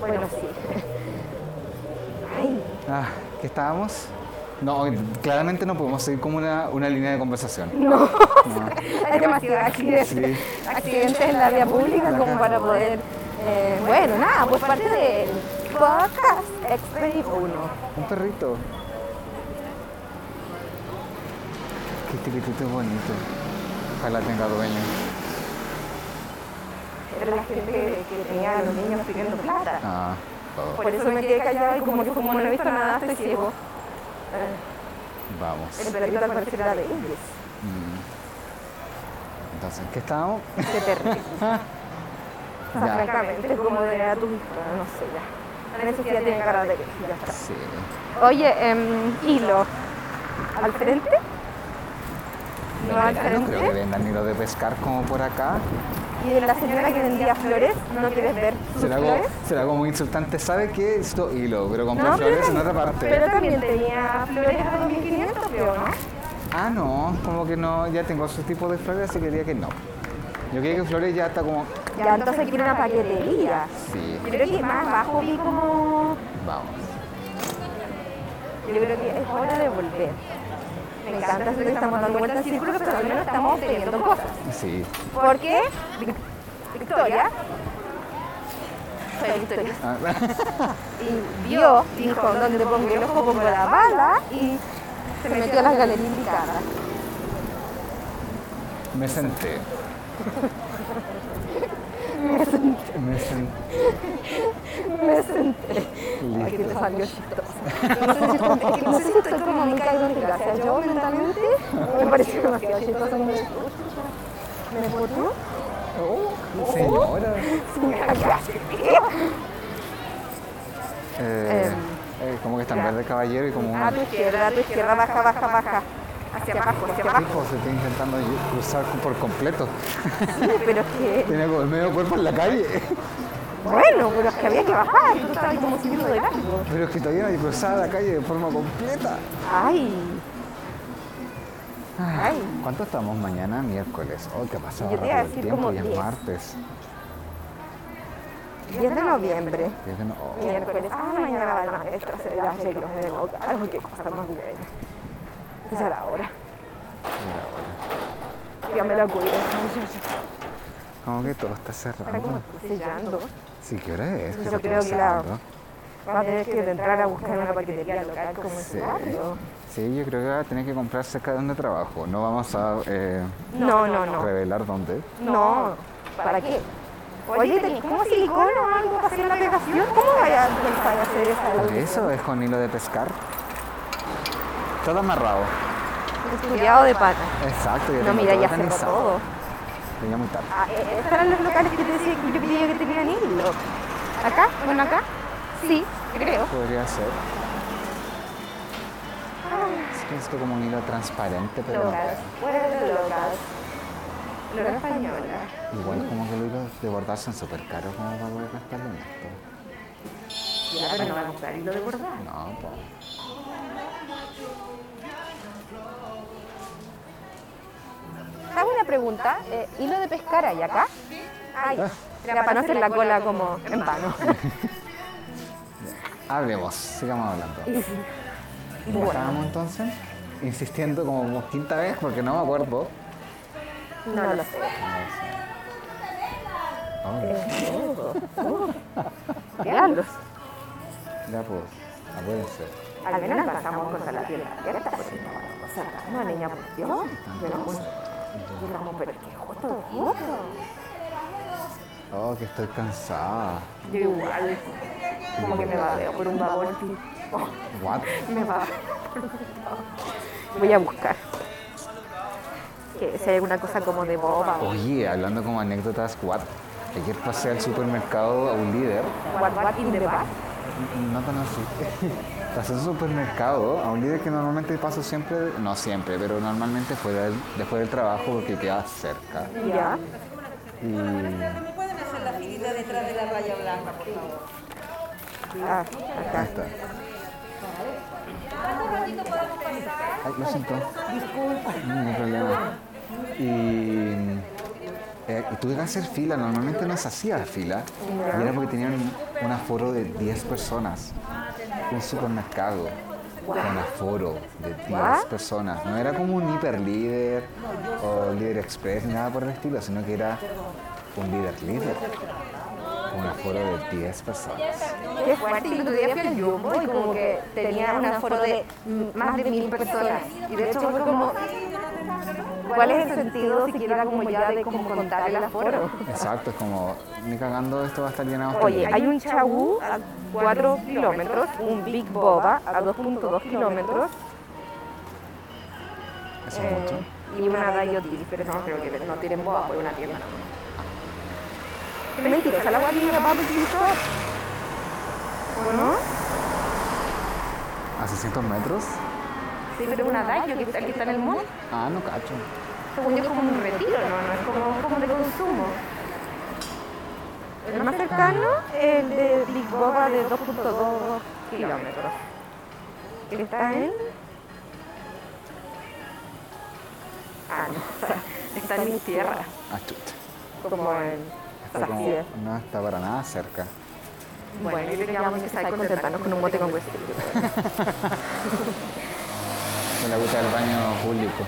Bueno, sí. Ay,
Ah, ¿qué estábamos? No, claramente no podemos seguir como una, una línea de conversación.
no. Hay demasiados accidentes,
Sí.
accidentes en la vía pública como para poder... eh, bueno, nada, pues parte del podcast Expedi 1.
Un perrito. Qué tiquitito bonito. Ojalá tenga dueño.
Era la gente que tenía a los niños pidiendo plata.
Ah, oh,
Por eso me quedé callada y como que como no he visto nada, estoy ciego. El
vamos.
perrito al parecer era de Inglis.
Entonces, ¿qué estábamos?
Qué terrible. O sea,
Ya.
francamente, como de a tu no sé, ya. La necesidad tiene cara de que ya está.
Sí.
Oye, em, hilo. ¿Al frente? No al
No creo que
frente.
vendan ni lo de pescar como por acá.
Y de la señora que vendía flores, ¿no quieres ver sus
Será como,
flores?
será como muy insultante. ¿Sabe qué? Esto hilo, pero compré
No, pero
flores en
también-
otra parte.
Pero también tenía flores a 2500, creo, ¿no?
Ah, no, como que no, ya tengo su tipo de flores, así que diría que no. Yo quería que flores ya está como,
Ya, entonces aquí era una paquetería.
sí,
Yo creo que más abajo vi como...
vamos.
Yo creo que es hora de volver. Me encanta eso que estamos dando vueltas en círculo, pero al menos estamos obteniendo cosas.
Sí,
Porque Victoria, fue Victoria,
Ah,
y vio, dijo, donde pongo el ojo pongo la bala, y se metió a las galerías indicadas.
me senté. Me senté.
Me senté. Ay, que te salió chistoso. No sé si estoy- es que no sé si estoy como muy caído en desgracia. Yo mentalmente me pareció demasiado chistoso. Me me votó.
Oh, señora. Eh, eh, como que está en verde el caballero y como un
A Ah, tu izquierda, a tu izquierda, baja, baja, baja. Hacia abajo, hacia abajo.
hijo se está intentando ll- cruzar por completo.
Pero es que,
Tiene como el medio cuerpo en la calle.
bueno, pero es que había que bajar. Tú estabas ahí como subiendo de largo.
Pero es que todavía no hay cruzada la calle de forma completa.
Ay. Ay.
¿Cuánto estamos mañana? Miércoles. Oh, que ha pasado
Yo te iba a
rápido el
decir
tiempo.
como
Y es
10.
martes.
10 de noviembre.
Y es de no- oh.
miércoles, ah, mañana va el maestro a hacer las reglas de boca, algo que cosa más buena. Esa era la hora. Ya me la cuido.
Como que todo está
Está como
cerrado.
sellando.
Sí, ¿qué hora es?
Yo
se
creo que
está
la-
cerrando?
Va a tener que entrar a buscar una paquetería local como
Sí.
ese barrio.
Sí, yo creo que va a tener que comprar cerca de donde trabajo. No vamos a eh,
No, no, no.
revelar dónde.
No. ¿Para qué? Oye, ¿tenés como silicona o algo para hacer la agregación? ¿Cómo vaya a pensar hacer esa
Por eso es con hilo de pescar. Todo amarrado.
Estudiado de pata.
Exacto, ya
No,
tengo
mira,
todo
ya cerró
organizado.
todo.
Pero ya muy tarde.
Ah, eh, estos eran los locales que te decía que yo creía que tenían hilo. ¿Acá? Bueno, acá. Sí, creo.
Podría ser. Es que esto como un hilo transparente, pero no
Locas, fuera de locas. Loca española.
queda. Igual como que los hilos de bordar son súper caros como para poder gastarlo en esto.
Ya, pero no va a comprar hilo de bordar.
No, pues.
Hago una pregunta. eh, ¿Hilo de pescar hay acá? Ay, era para no hacer la cola como en vano.
Hablemos, sigamos hablando. ¿En qué estábamos entonces? Insistiendo como por quinta vez porque no me acuerdo.
No lo sé.
Oh,
Veanlos.
ya pues, acuérdense.
Al menos pasamos con la tienda abierta, porque no pues. o sea, no, niña, por Dios. Yo no puedo. Digamos, pero es que justo, justo.
Oh, que estoy cansada.
Yo igual. Como que me babeo por un babón.
What?
Me babeo. Voy a buscar. Que si hay alguna cosa como de boba o
Oye, hablando como anécdotas, what? Ayer pasé al supermercado a un líder.
what, what in the back.
No tan así. Pasé al supermercado a un líder que normalmente paso siempre, no siempre, pero normalmente fuera del- después del trabajo porque queda cerca.
Ya.
Y ahí
Ah, acá.
está. Ay, lo siento. No hay problema. Y, eh, y tuve que hacer fila, normalmente no se hacía fila, y era porque tenían un- un aforo de 10 personas, un supermercado con aforo de 10 personas. No era como un hiperlíder o líder express, ni nada por el estilo, sino que era un líder líder, con un aforo de 10 personas.
Qué fuerte. Y el otro día fui al Jumbo y como que tenía un aforo de mm, más de mil personas. Y de hecho fue como... ¿Cuál es el sentido siquiera como ya de como contar el aforo?
Exacto, es como, ni cagando esto va a estar llenado. hasta el
Oye,
día.
hay un chabú a 4 kilómetros, un Big Boba a 2.2 kilómetros eh,
Eso es mucho.
y una Dayotil, pero no creo que no tienen boba por una tienda. Es mentira, esa la guardia la va a utilizar. ¿O no?
¿A 600 metros?
Sí, pero es una Dayo que está, que está en el mall.
Ah, no cacho.
Según yo, es como un retiro, ¿no? no es como, como de consumo. El más cercano, el de Big Boba de 2.2 kilómetros. Que está en. Ah, no, está, está en mi tierra.
Ah, chuta.
Como en.
Está como-
Sacié.
no está para nada cerca.
Bueno, yo creo que ya vamos a empezar a contentarnos con un bote con huesillo.
En la gusta del baño público.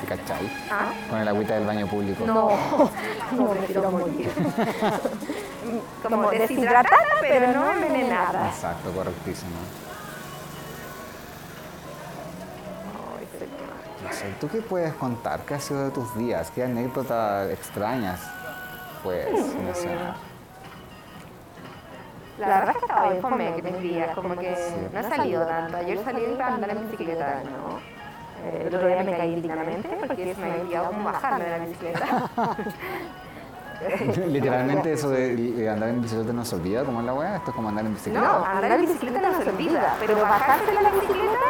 ¿Te cachai?
Ah.
Con el agüita del baño público.
No, no me quiero morir. Como deshidratada, pero no envenenada.
Exacto, correctísimo.
Ay, señor.
No sé, ¿tú qué puedes contar? ¿Qué ha sido de tus días? ¿Qué anécdotas extrañas? Pues,
Mm.
no sé.
La verdad es que estaba bien fome que mis días, como que no he salido tanto. Ayer salí a andar en bicicleta, ¿no? Eh, El otro día me caí indignamente porque se me había olvidado cómo bajarme de la bicicleta.
Literalmente eso de, de andar en bicicleta no se olvida, ¿cómo es la weá? Esto es como andar en bicicleta.
No, andar en bicicleta no se olvida, pero bajarse de la bicicleta,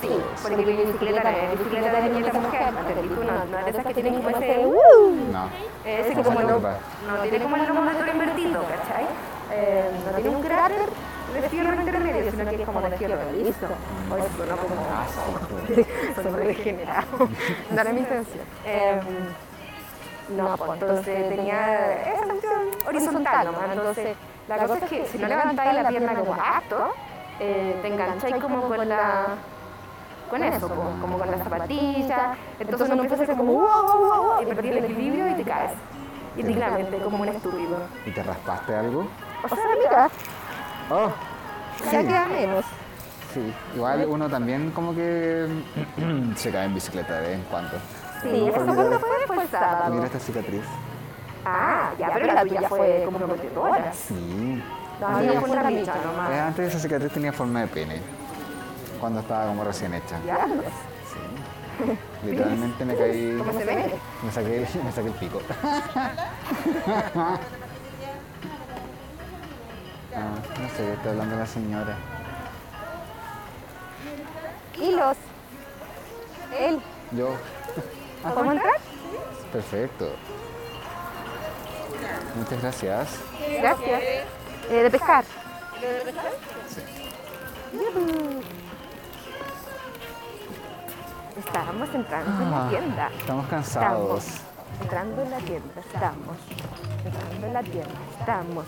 sí. Porque mi bicicleta es bicicleta de niña mujer, ¿entendí? Tú No, no es de esas que tienen como ese... ¡uh!
No.
Ese
No
como
se
no,
ocupa.
no tiene como el neumático invertido, ¿cachai? Eh, no tiene un cráter de fierro intermedio, sino que es como de fierro liso. O es no como sobre degenerado. No era mi intención. Eh, no, pues entonces tenía esa cuestión horizontal nomás. Entonces, la cosa es que si no levantáis la pierna como acto, eh, te engancháis como con la. Con eso, como, como con las zapatillas, entonces uno empieza a hacer como wow, wow, wow, wow, y perdí el equilibrio y te caes. Indignamente, como un estúpido.
¿Y te raspaste algo?
O sea, mira,
Oh, sí,
ya queda menos.
sí. Igual uno también como que se cae en bicicleta de vez en cuando.
Sí, eso cuando fue después
Mira
sábado.
esta cicatriz.
Ah, ya, pero la tuya fue como prometedora.
Sí.
La mía fue una bicha nomás.
Eh, Antes esa cicatriz tenía forma de pene. Cuando estaba como recién hecha.
Ya,
Literalmente me caí.
¿Cómo se ve?
Me saqué, el- me saqué el pico. Ah, no sé, está hablando la señora.
Hilos. Él.
Yo,
¿Podemos entrar?
perfecto. Muchas gracias.
Gracias. Eh, de pescar. Yujú. Estábamos entrando en la
Ah,
tienda.
Estamos cansados.
Entrando en la tienda, estamos. Entrando en la tienda, estamos.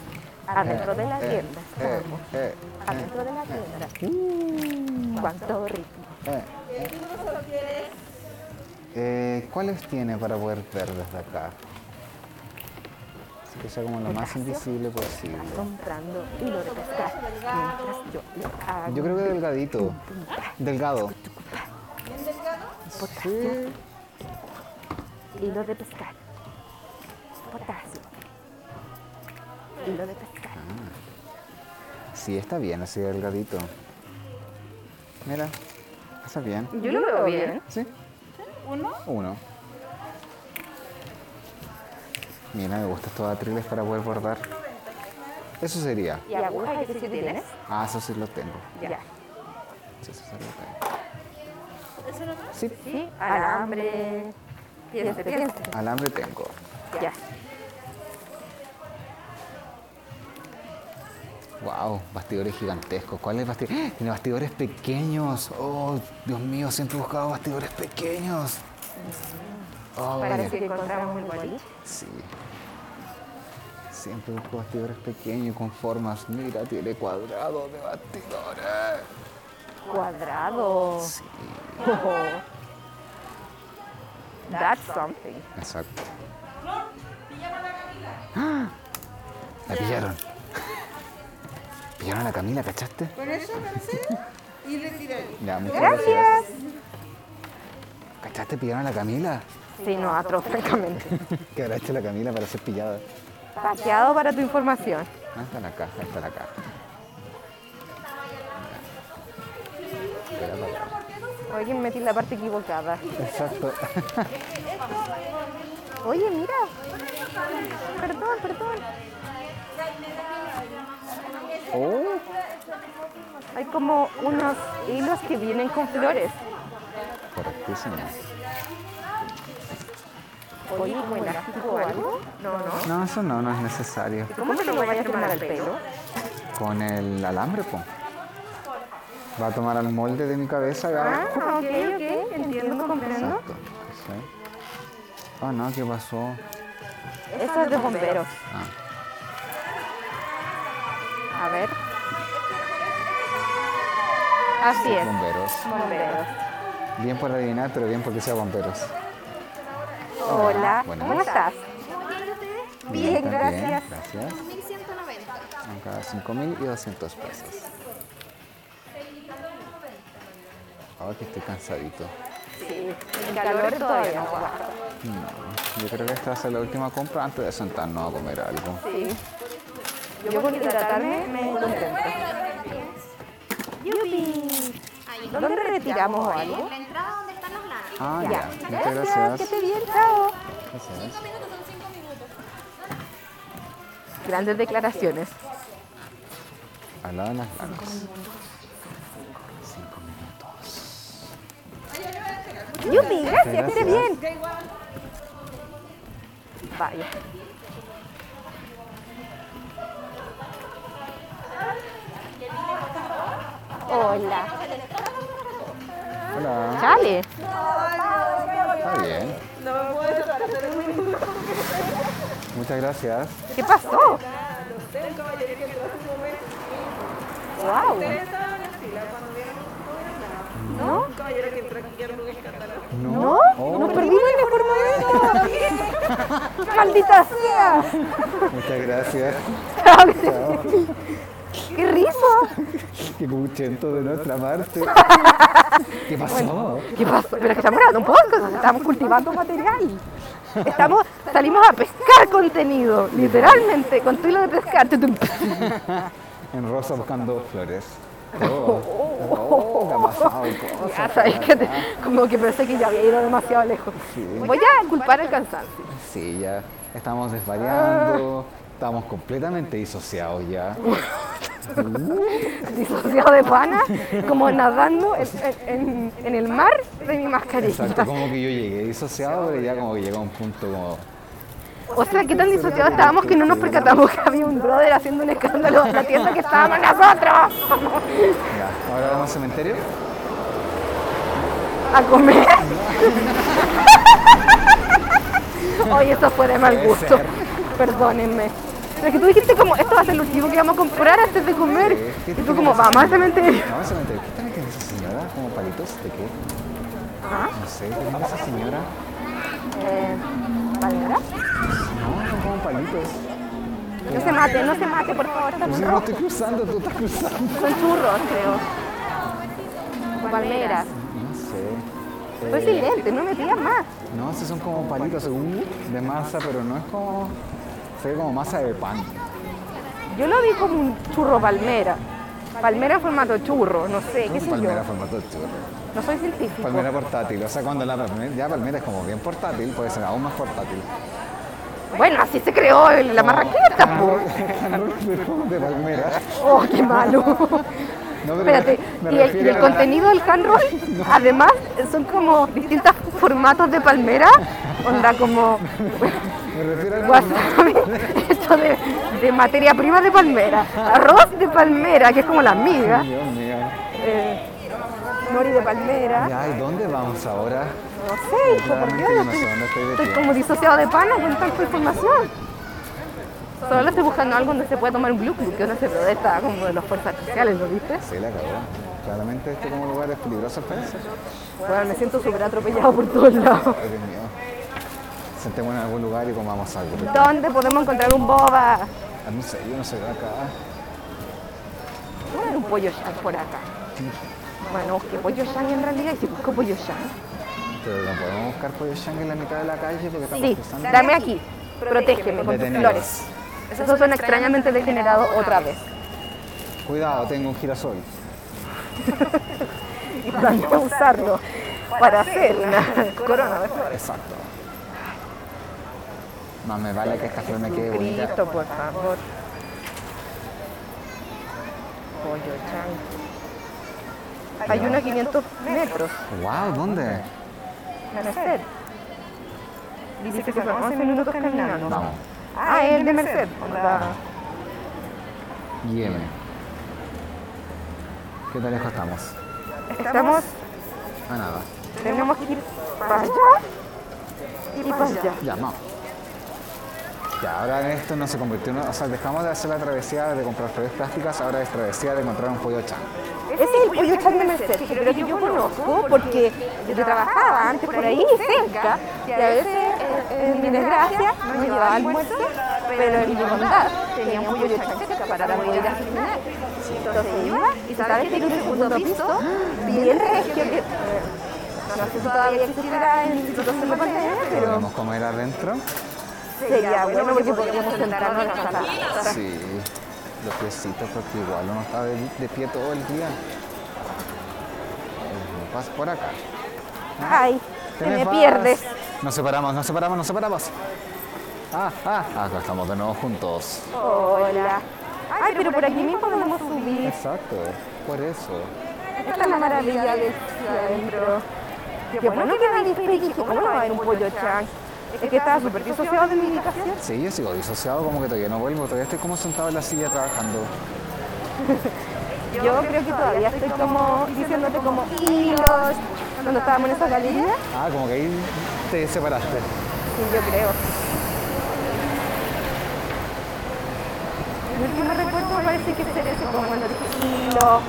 Adentro de la
Eh,
tienda,
eh,
estamos.
eh,
Adentro de la tienda. Mm. Cuánto ritmo.
eh. Eh, ¿Cuáles tiene para poder ver desde acá? Así que sea como lo más invisible posible.
Comprando hilo de pescar. Mientras yo le hago.
Yo creo que delgadito. Delgado. Sí.
Hilo de pescar. Potasio. Hilo de pescar.
Sí, está bien así delgadito. Mira, está bien.
Yo lo veo bien.
¿Sí? ¿Uno? Uno. Mira, me gustan estos atriles para poder bordar. Eso sería.
¿Y agujas y qué si tienes?
Ah, eso sí lo tengo.
Ya.
Sí, eso sí lo tengo. Sí,
Sí, alambre. Piense, piense.
alambre tengo.
Ya.
Wow, bastidores gigantescos. ¿Cuáles bastidores? ¡Ah! Tiene bastidores pequeños. Oh, Dios mío, siempre he buscado bastidores pequeños. Oh,
Parece que encontramos un boliche.
Sí. Siempre busco bastidores pequeños con formas. Mira, tiene cuadrado de bastidores.
Cuadrado.
Sí,
Oh. That's something.
exacto. ¡Ah! La pillaron. Pillaron a la Camila, ¿cachaste?
Con eso, parece. Y le tiráis.
Ya, muchas gracias. ¿Cachaste? Pillaron a la Camila.
Sí, no, atro, francamente.
¿Qué habrá hecho la Camila para ser pillada?
Paseado para tu información.
Ah, está la caja, está la caja. Espera para acá.
Oye, me metí en la parte equivocada.
Exacto.
Oye, mira. Perdón, perdón.
Oh,
Hay como unos hilos que vienen con flores.
correctísimo.
Oye, ¿como elástico o algo? No, no.
No, eso no, no es necesario.
¿Cómo se lo voy a tomar al pelo?
Con el alambre, po. Va a tomar al molde de mi cabeza,
Ah,
Gabo.
ok, ok. Entiendo, comprendo.
Exacto. sí. Oh, no, ¿qué pasó?
Eso es de bomberos.
Ah,
A ver. Así es.
bomberos.
Bomberos.
Bien por adivinar, pero bien porque sea bomberos.
Hola,
buenas.
¿cómo estás?
¿Cómo tienen ustedes?
Bien, gracias.
Gracias.
1190.
Acá 5.200 pesos. Ahora que estoy cansadito.
Sí, el calor todavía no aguanta.
No, yo creo que esta va a ser la última compra antes de sentarnos a comer algo.
Sí. Yo con hidratarme me contenta. ¡Yupi! ¿Dónde retiramos algo?
La entrada donde están los lanas.
Ah, ya. Muchas
Gracias,
gracias.
que esté bien, chao.
Gracias.
Grandes declaraciones.
Al lado de las lanas. Cinco minutos.
Yupi, gracias, que esté
Gracias.
bien. Vaya. Hola.
Hola.
Chale.
Está bien. Muchas gracias.
¿Qué pasó?
Ah,
Wow. ¿No? ¿No?
Oh,
¡Nos perdimos el mejor momento! ¡Maldita sea!
muchas gracias.
¡Qué risa!
Qué cuchento de nuestra parte. ¿Qué pasó?
¿Qué pasó? Pero es que estamos grabando un podcast, estamos cultivando material. Estamos, salimos a pescar contenido, literalmente, con tu hilo de pescar. Tutum.
En Rosa buscando flores. Oh, oh, ¿qué ha pasado?
Ya sabes que te- como que pensé que ya había ido demasiado lejos.
Sí.
Voy a culpar al cansancio.
Sí, ya estamos desvariando, estamos completamente disociados ya.
Disociado de pana, como nadando en, en- en- en el mar de mi mascarilla.
Exacto, como que yo llegué disociado, pero ya como que llega un punto como...
O sea, qué tan disociados estábamos que no nos percatamos que había un brother haciendo un escándalo en la tienda que estábamos nosotros
Ya, ahora vamos al cementerio.
a comer. Oye, esto fue de mal
Puede
gusto.
ser.
Perdónenme. Pero es que tú dijiste como, esto va a ser lo último que vamos a comprar antes de comer.
Eh, ¿Qué-
Y
qué
tú
tiene
como,
esa
vamos al
señora?
cementerio.
Vamos al cementerio. ¿Qué tiene que ver esa señora? ¿Como palitos? ¿De qué?
Ah.
No sé, ¿qué tiene esa señora?
Eh, ¿Palmera?
No, son como palitos.
No se mate, no se mate, por favor.
Pues yo no estoy cruzando, tú estás cruzando.
Son churros, creo. Palmeras.
No sé.
Soy
Eh,
silente, no me pidas más.
No, esos son como palitos según de masa, pero no es como. Se ve como masa de pan.
Yo lo vi como un churro palmera. Palmera en formato churro, no sé, qué sé
palmera
yo.
formato de churro.
No soy científico.
Palmera portátil. O sea, cuando la palmera, ya palmera es como bien portátil, puede ser aún más portátil.
Bueno, así se creó el- la
Oh.
marraqueta, po.
Canrol de palmera.
Oh, qué malo.
Ah. No, pero
Espérate,
me
y el, y
refiero
el
a la-
contenido del hand roll, además, son como distintos formatos de palmera. Onda como
Me refiero a
wasabi, hecho de, de materia prima de palmera. Arroz de palmera, que es como la miga.
Dios mío.
eh, Nori de palmera.
Ya, ¿y dónde vamos ahora?
No sé, hijo, por
Claramente
Dios,
yo
yo
no sé
estoy,
dónde estoy
estoy
metido.
como disociado de pana con tanta información. Solo estoy buscando algo donde se pueda tomar un blue que uno se rodea esta como de las fuerzas especiales, ¿lo viste?
Sí, la cagó. Claramente este como lugar es peligroso pues. al parecer.
Bueno, me siento súper atropellado por todos lados.
Ay, Dios mío. Sentémonos en algún lugar y comamos algo.
¿Dónde podemos encontrar un boba?
Ah, No sé, yo no soy de acá.
Bueno, un pollo shan por acá. Bueno, ¿qué pollo shan en realidad? ¿Y si busco pollo shan?
Pero no podemos buscar pollo shang en la mitad de la calle porque estamos
Sí,
cruzando.
dame aquí. Protégeme con tus
Detenidos.
flores. Eso suena extrañamente degenerado otra vez.
Cuidado, tengo un girasol.
Y planeo usarlo para hacer una corona de flores.
Exacto. Más me vale que esta flor me quede bonita.
Cristo, por favor. Pollo chan. Hay uno a 500 metros,
¡Wow! ¿Dónde?
Merced. Dice que son 11 minutos caminando.
Vamos.
Ah, es el de Merced. onda.
Yemen. ¿Qué tan lejos estamos?
Estamos,
A nada.
tenemos que ir para allá y para allá.
Ya, vamos. Ya, ahora en esto no se convirtió en... una- O sea, dejamos de hacer la travesía de comprar flores plásticas, ahora es travesía de encontrar un pollo chan.
Ese es el pollo chan de Merced, que creo que yo conozco porque yo trabajaba antes por ahí cerca y a veces eh, en mi desgracia no llevaba almuerzo, pero en mi bondad tenía un pollo de chaqueta para la poder ir a cenar. Entonces iba y sabes que en un segundo piso, bien regio, que eh, no sé si todavía existirá en el Instituto Cerro Pontevedra, pero
¿Podemos comer adentro?
sería bueno porque podríamos sentarnos en la sala.
Sí, los piecitos, porque igual uno está de, de pie todo el día. Eh, Vas por acá.
Ay, te me
vas.
pierdes.
Nos separamos, nos separamos, nos separamos. Ah, ah, acá estamos de nuevo juntos.
Hola. Ay, pero por aquí mismo podemos subir.
Exacto, por eso.
Esta es la maravilla de centro. Qué bueno que nadie fue y dije, ¿cómo no va a haber un pollo chan? Es que estaba súper disociado de mi ubicación.
Sí, yo sigo disociado, como que todavía no vuelvo, todavía estoy como sentado en la silla trabajando.
Yo creo que todavía estoy como diciéndote como hilos cuando estábamos en esa galería.
Ah, como que ahí te separaste.
Sí, yo creo. El último recuerdo parece que es eso, como cuando dije hilo,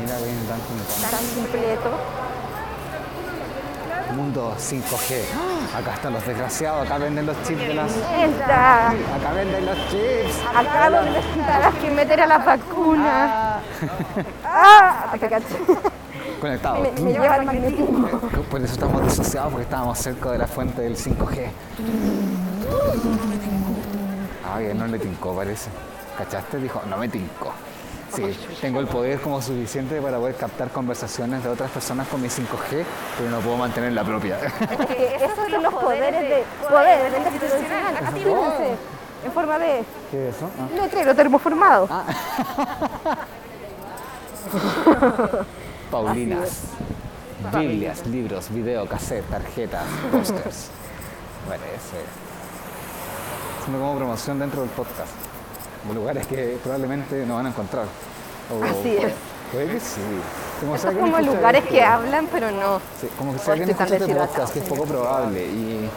Mira, ven, dan juntos.
tan completo.
Mundo 5G. Acá están los desgraciados, acá venden los chips de las.
Entra,
Acá venden los chips.
acá donde estarás que meter a las vacunas. Ah, te caché.
Conectados.
Me, me lleva el magnetismo.
Por eso estamos disociados, porque estábamos cerca de la fuente del 5G. Ay, él no le tincó, parece. ¿Cachaste? Dijo, no me tincó. Sí, tengo el poder como suficiente para poder captar conversaciones de otras personas con mi 5G, pero no puedo mantener la propia.
Es que esos son los poderes de poder de la institucional. Actívense en forma de
¿Qué es eso?
letrero termoformado.
Ah, Paulinas, Biblias, libros, video, cassette, tarjetas, pósters. Parece. Haciendo como promoción dentro del podcast. De Lugares que probablemente no van a encontrar. O-
Así es.
Puede que sí. Como
Estos
sea que
como
escucha
lugares
esto.
que hablan, pero no.
Sí, como que si
Ay,
alguien
estoy
escucha
tan
este
deshidratado,
podcast, que es poco probable, y,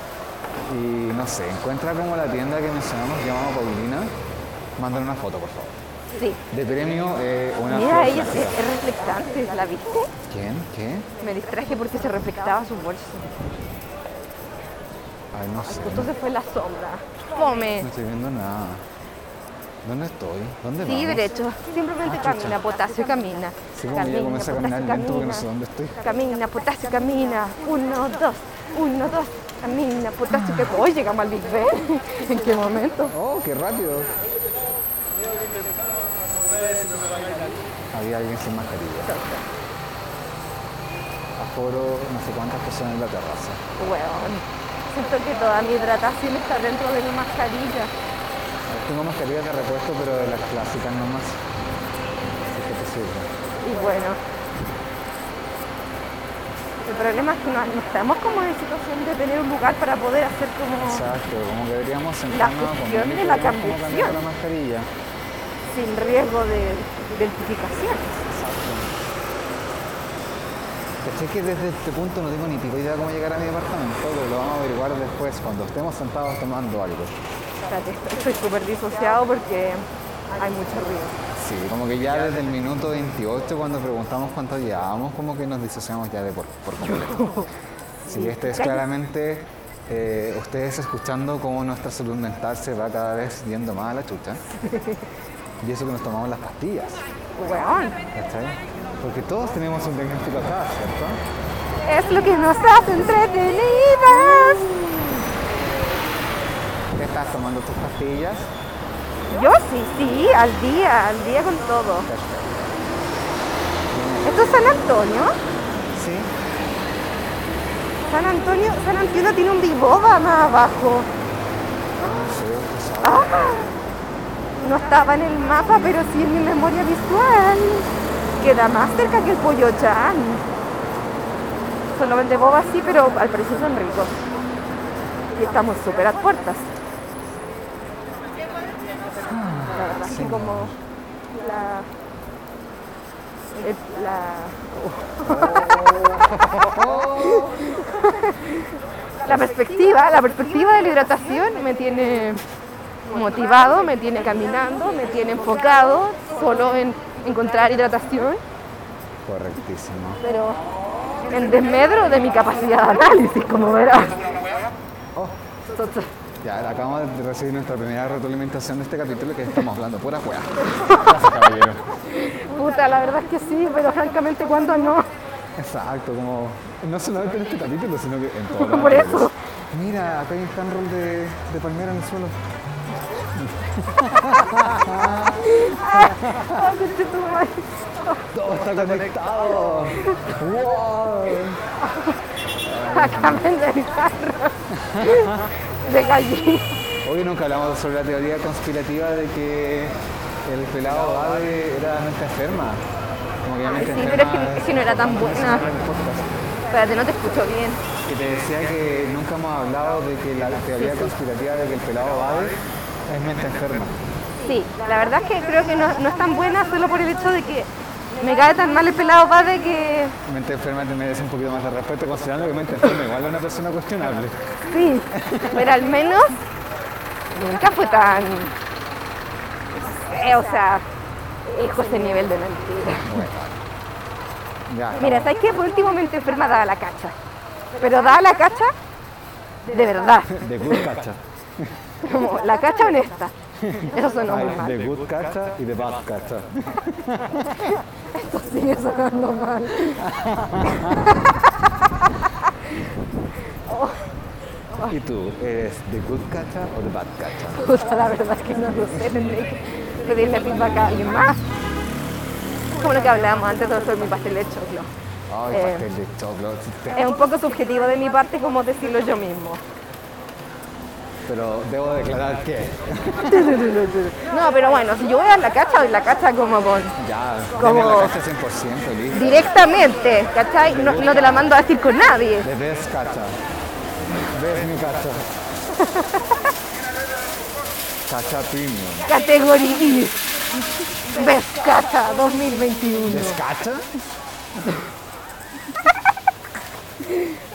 y no sé, encuentra como la tienda que mencionamos, llamada Paulina, mándale una foto, por favor.
Sí.
De premio, eh, una
Mira,
flor
ella es,
plástica.
es reflectante. ¿La viste?
¿Quién? ¿Qué?
Me distraje porque se reflectaba su bolso.
Ay, no sé.
Justo se fue la sombra. Come.
No estoy viendo nada. ¿Dónde estoy? ¿Dónde
Sí,
vamos? Ah,
derecho. Simplemente camina, potasio, camina.
Sí, como que ya comencé a caminar
potasio,
lento porque no sé
camina.
dónde estoy.
Camina, potasio, camina. Uno, dos, uno, dos. Camina, potasio, que hoy llegamos al Big Ben. ¿En qué momento?
¡Oh, qué rápido! Había alguien sin mascarilla. Aforo no sé cuántas personas en la terraza.
Weón. Siento que toda mi hidratación está dentro de mi mascarilla.
Tengo mascarillas de repuesto, pero de las clásicas nomás. Así que te sirve.
Y bueno. El problema es que no, no estamos como en situación de tener un lugar para poder hacer como
Exacto, como que deberíamos sentarnos a
cuestión
comer y
de la
probar cómo cambiar
cambiación.
la mascarilla.
sin riesgo de identificación.
Caché que desde este punto no tengo ni pico idea cómo llegar a mi departamento, pero lo vamos a averiguar después cuando estemos sentados tomando algo.
Espérate, estoy- estoy súper disociado porque hay mucho ruido.
Sí, como que ya desde el minuto 28 cuando preguntamos cuánto llevábamos, como que nos disociamos ya de por, por completo. Sí, este es claramente eh, ustedes escuchando cómo nuestra salud mental se va cada vez yendo más a la chucha. Y eso que nos tomamos las pastillas,
Weón.
¿cachai? Porque todos tenemos un diagnóstico acá, ¿cierto?
Es lo que nos hace entretenidas.
¿Te estás tomando tus pastillas?
Yo sí, sí, al día, al día con todo. Esto es San Antonio.
Sí.
San Antonio, San Antonio tiene un biboba más abajo.
pues,
Ah, no estaba en el mapa, pero sí en mi memoria visual. Queda más cerca que el pollo chan. Solo vende boba sí, pero al precio son ricos. Y estamos súper a puertas. La verdad es que como la... el- la... oh. la perspectiva, la perspectiva de la hidratación me tiene motivado, me tiene caminando, me tiene enfocado solo en encontrar hidratación,
Correctísimo.
pero en desmedro de mi capacidad de análisis, como verás. Entonces,
Ya, acabamos de recibir nuestra primera retroalimentación de este capítulo que estamos hablando pura juega. Gracias, caballero.
puta, la verdad es que sí, pero francamente, ¿cuándo no?
Exacto, como no solamente en este capítulo, sino que en todos los
Por eso.
capítulos. Mira, acá hay un hand roll de, de palmera en el suelo.
Ay, conchetumare.
Todo está conectado. wow.
Sácame del carro. De gallina.
Hoy nunca hablamos sobre la teoría conspirativa de que el pelado Ave era mente enferma. Como que la mente
sí, pero
enferma
es que- es que no era tan
como que se
buena.
llama en el podcast.
Espérate, no te escucho bien.
que te decía que nunca hemos hablado de que la teoría conspirativa de que el pelado Bade es mente enferma.
Sí, la verdad es que creo que no, no es tan buena solo por el hecho de que me cae tan mal el pelado padre que
Mente enferma te merece un poquito más de respeto considerando que mente enferma igual es una persona cuestionable.
sí, pero al menos nunca fue tan... no sé, o sea, hijo ese nivel de mentira.
Bueno. Ya.
Mira, ¿sabes qué? Por último mente enferma daba la cacha. Pero daba la cacha de verdad,
De good cacha.
como la cacha honesta. Eso sonó muy mal.
De good cacha y de bad cacha.
Sigue sonando mal.
¿Y tú? ¿Eres de good cacha o de bad cacha?
Puta, la verdad es que no lo sé, tendré que pedirle feedback a alguien más. Como lo que hablábamos antes sobre mi pastel de choclo.
Ay,
Eh,
pastel de choclo.
Es un poco subjetivo de mi parte como decirlo yo mismo.
Pero debo declarar que
No, pero bueno, si yo voy a la cacha, doy la cacha como con
ya,
Como-
tiene la cacha 100% listo.
directamente, ¿cachai? No, no te la mando a decir con nadie.
De best cacha. Ves mi cacha. Cacha premium.
Categoría Best Cacha 2021.
¿Descacha?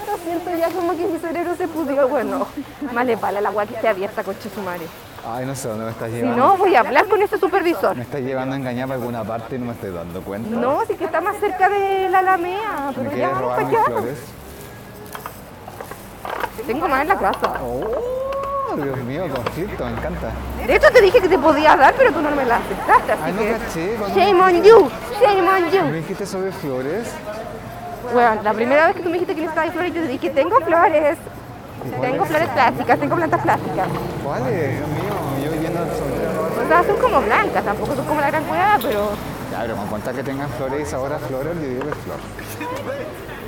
Lo siento, ya como que mi cerebro se pudrió. Bueno, más le vale la agua que esté abierta, coche sumare.
Ay, no sé dónde me estás
Si
llevando.
no, voy a hablar con ese supervisor.
Me estás llevando a engañar para alguna parte y no me estoy dando cuenta.
No, sí que está más cerca de la Alamea,
¿Me
pero ya
quieres
vamos
robar ¿eh?
para
mis
allá.
flores?
Tengo más en la casa.
Oh, Dios mío, conflicto, me encanta.
De hecho te dije que te podía dar, pero tú no me la aceptaste, así
Ay, no
que...
caché. Cuando
Shame on you, shame on
me
you.
dijiste sobre flores,
Bueno, la primera vez que tú me dijiste que necesitabas flores, yo te dije, tengo flores. Tengo flores plásticas, tengo plantas plásticas.
¿cuáles? Dios mío, yo viviendo en soltero.
O sea, son como blancas, tampoco son como la gran cueva, pero
Ya, pero con contar que tengan flores y sabor a flores, yo digo que es flor.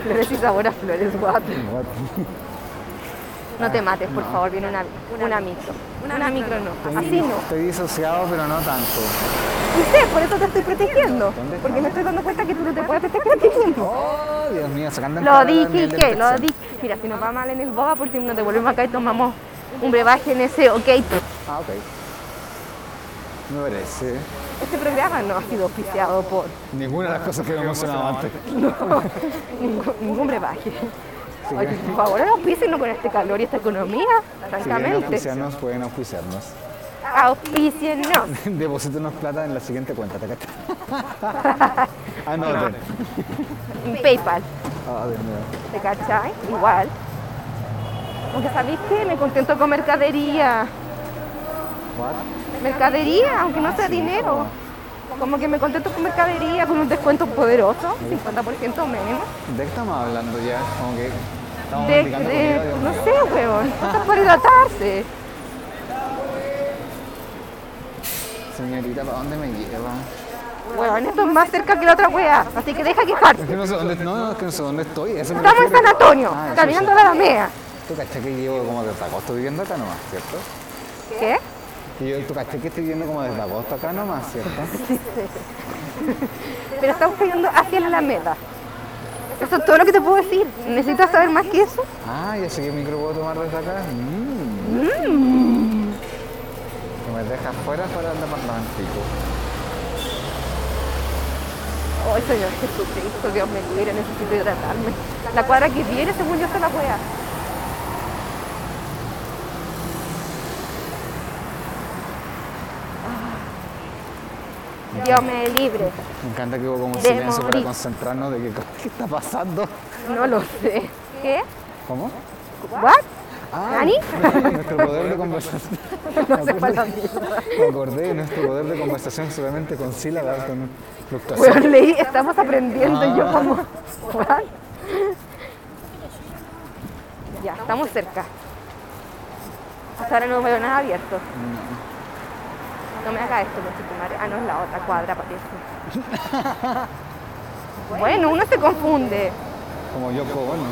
flores y sabor a flores, guapo.
What?
No te mates, por favor, viene una, una micro. Una micro no, así no.
Estoy disociado, pero no tanto.
Y sé, por eso te estoy protegiendo, porque me estoy dando cuenta que tú no te puedes estar protegiendo.
Oh, Dios mío, sacando en
Lo
cara la
dije,
miel de
que lo
protección.
dije. Mira, si nos va mal en el boba, por si no te volvemos acá y tomamos un brebaje en ese OK.
Ah, ok. Me parece.
Este programa no ha sido auspiciado por
Ninguna de las cosas que hemos mencionado antes.
ningún, ningún brebaje. Oye, por favor, auspicienos con este calor y esta economía,
Si quieren
francamente.
auspiciarnos, pueden auspiciarnos.
Auspicienos.
Deposítenos plata en la siguiente cuenta. tacata. Anoten.
En PayPal,
Ah, Dios mío.
¿te cachai? Igual. Aunque sabéis que me contento con mercadería.
What?
Mercadería, aunque no sea dinero. Como que me contento con mercadería, con un descuento poderoso, 50% mínimo.
¿De qué estamos hablando ya? Como que estamos
de,
masticando
de-
comida, Dios
no
mío.
sé, weón, cosas por hidratarse.
Señorita, ¿para dónde me lleva?
Weón, esto es más cerca que la otra wea, así que deja
Es
quejarse.
que no sé dónde, no, no, es que no sé dónde estoy. Eso me
Estamos en
refiero.
San Antonio,
Ah, eso,
caminando a
sí.
la Alameda.
Tú caché que llevo como desde agosto viviendo acá nomás, ¿cierto?
¿Qué?
Y yo, tú caché que estoy viviendo como desde agosto acá nomás, ¿cierto?
Pero estamos cayendo hacia la Alameda. Eso es todo lo que te puedo decir. ¿Necesitas saber más que eso?
Ah, ya sé qué micro puedo tomar desde acá. Mmm. Que me deja fuera para el departamentico.
Oh, Señor Jesucristo, Dios me libre, necesito hidratarme. La cuadra que viene, según yo, está la wea. Ah. Dios me libre.
Me encanta que hubo como un
De
silencio para
morir.
concentrarnos de que, qué está pasando.
No lo sé. ¿Qué?
¿Cómo?
¿What?
Ah,
¿Nani?
nuestro poder de conversación.
No se pasa
Me acordé de nuestro poder de conversación solamente con sílabas, con fluctuaciones.
Bueno, leí, estamos aprendiendo y yo como. ¿What? Ya, estamos cerca. Hasta ahora no veo nada abierto. No me haga esto, conchetumare. Ah, no, es la otra cuadra, parece. Bueno, uno se confunde.
Como Yoko Ono.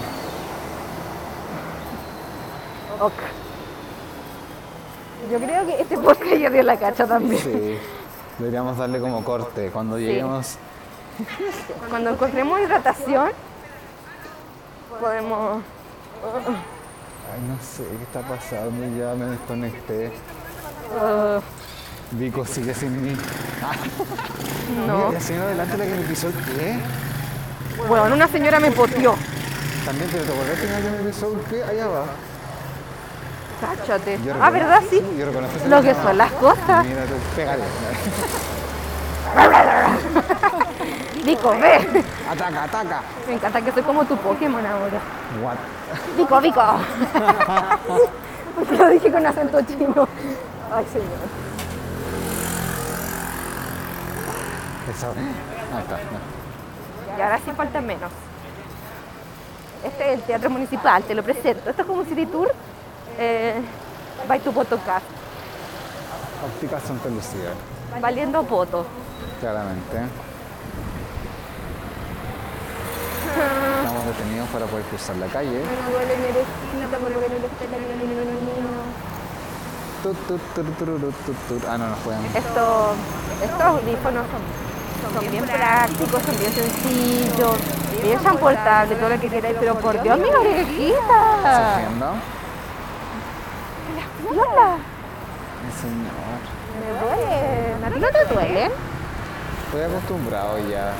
Ok. Yo creo que este podcast ya dio la cacha también.
Sí. Deberíamos darle como corte. Cuando lleguemos,
Cuando encontremos hidratación, podemos...
ay, no sé qué está pasando, ya me desconecté.
uh,
Vico sigue sin mí.
no.
Mira, la señora delante la que me pisó el pie.
Bueno, una señora me poteó.
También, pero te acordás que la que me pisó el pie allá abajo.
Cáchate.
Yo
Ah,
reconozco-
¿verdad? Sí.
Yo reconozco esa
Lo que
persona.
son las cosas.
Mira, tú, pégale.
Vico, ve.
Ataca, ataca.
Me encanta que soy como tu Pokémon ahora.
What?
Vico, Vico. Porque Pues lo dije con acento chino. Ay, señor.
Eso. Ahí está. no.
Y ahora sí falta menos. Este es el Teatro Municipal, te lo presento. Esto es como un city tour. Eh, by tu Potocá,
Ópticas Santa Lucía,
valiendo poto.
claramente. Estamos detenidos para poder cruzar la calle. Tu, tu, tu, tu, tu, tu, tu. Ah, no, no podemos.
Esto, estos audífonos son, son bien prácticos, son bien sencillos, bien transportables, todo lo que queráis, pero por Dios, mis orejitas.
Surgiendo.
Lola,
Ay, señor.
me duelen. ¿A ti no te duelen?
Estoy acostumbrado ya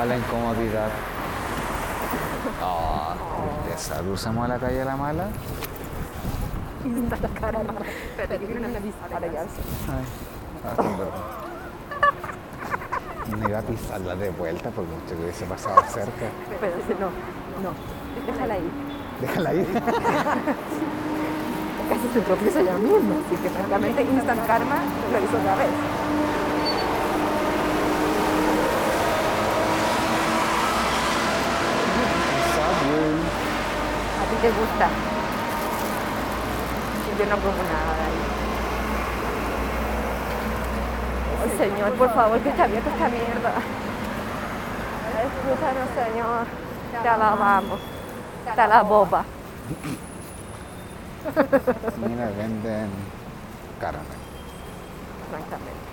a la incomodidad. Ah, qué tristeza. Cruzamos a la calle a la mala. Ay, ah, sí, perdón. Me iba a pisarla de vuelta por mucho que hubiese pasado cerca.
Pero si no, no, déjala ahí.
Déjala ahí.
Casi se tropieza ella misma, así que francamente Instant Karma lo hizo otra vez.
Subway.
A ti te gusta. Y Yo no como nada de ahí. Oh, señor, por favor, que está abierta esta mierda. Escúchanos, señor. Te alabamos. Te la boba.
Mira, venden carne.
Francamente.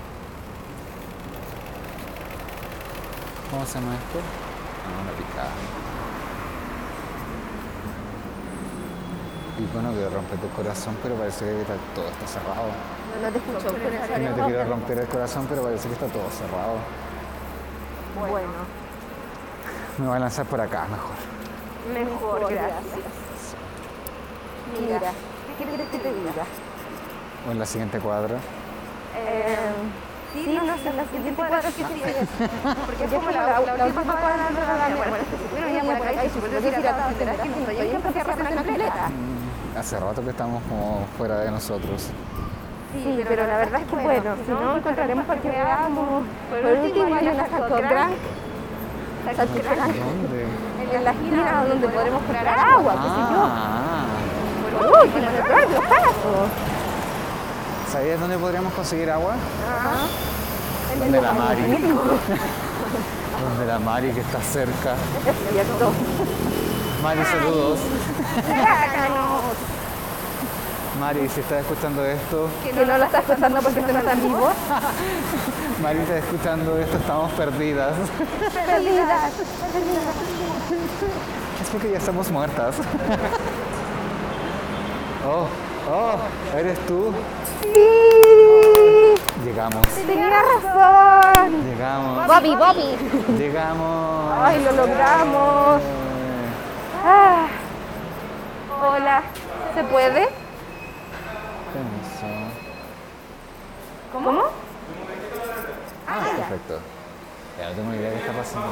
¿Cómo se llama esto? Ah, una picada. Y bueno, quiero romper tu corazón, pero parece que está- todo está cerrado.
No, no te escucho. pero en
Y
serio.
no te quiero romper el corazón, pero parece que está todo cerrado.
Bueno,
Me voy a lanzar por acá, mejor.
mejor, gracias. Mira, ¿qué quieres que te diga?
O en la siguiente cuadra.
Eh, sí, no sé, la siguiente cuadra que sigue. Porque es como la, la, la última cuadra de la gana. Bueno, bueno, ya por acá y si vuelves a ir a todas, ah, tendrás que encontrar. Yo siempre cierro la completa.
Mm, Hace rato que estamos como fuera de nosotros.
Sí, pero la verdad es que bueno, si no encontraremos porque veamos. Por último hay una sacotran.
¿Dónde?
En la esquina donde podremos comprar agua, qué sé yo.
Ah,
Por último, en el propio caso.
¿Sabías dónde podríamos conseguir agua?
En
Donde
el
la Mari.
mismo.
Donde la Mari que está cerca.
Es cierto.
Mari, saludos.
Sácanos.
Mari, si estás escuchando esto,
Que no lo estás contando porque esto no está en vivo.
Mari, estás escuchando esto, estamos perdidas.
Perdidas.
Es porque ya estamos muertas. Oh, oh, ¿eres tú?
Sí.
Llegamos,
Tenía razón.
llegamos,
Bobby, Bobby.
llegamos.
Ay, lo logramos.
Eh,
Ah. Hola. ¿Se puede?
permiso.
¿Cómo?
Ah, perfecto. Ya no tengo idea de qué está pasando.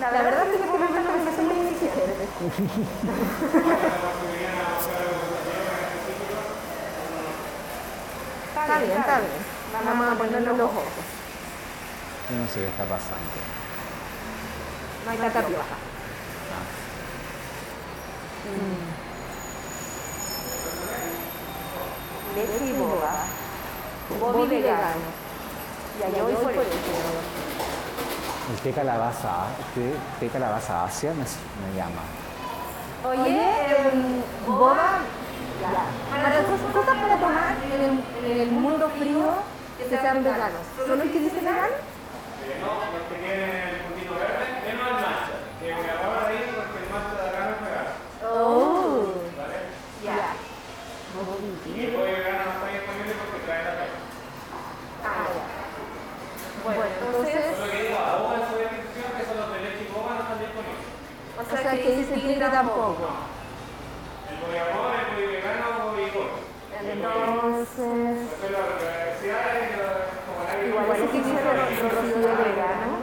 La verdad es que por momento me parece muy exigente. Está bien, está bien. Vamos a ponernos los ojos.
Yo no sé qué está pasando.
No hay tanta pioja. Leche y boba. Bobi vegano. Y allá voy por el
El té calabaza, té, té calabaza Asia me, me llama.
Oye, em, boba, para cosas, cosas para tomar en el, en el mundo frío que sean veganos. ¿Son los que dicen vegano? Oh. Ya. Ah, ya. Bueno, entonces... O sea, que dice tigre tampoco. El goleador es muy vegano Entonces... Igual si dice ro- rocío vegano,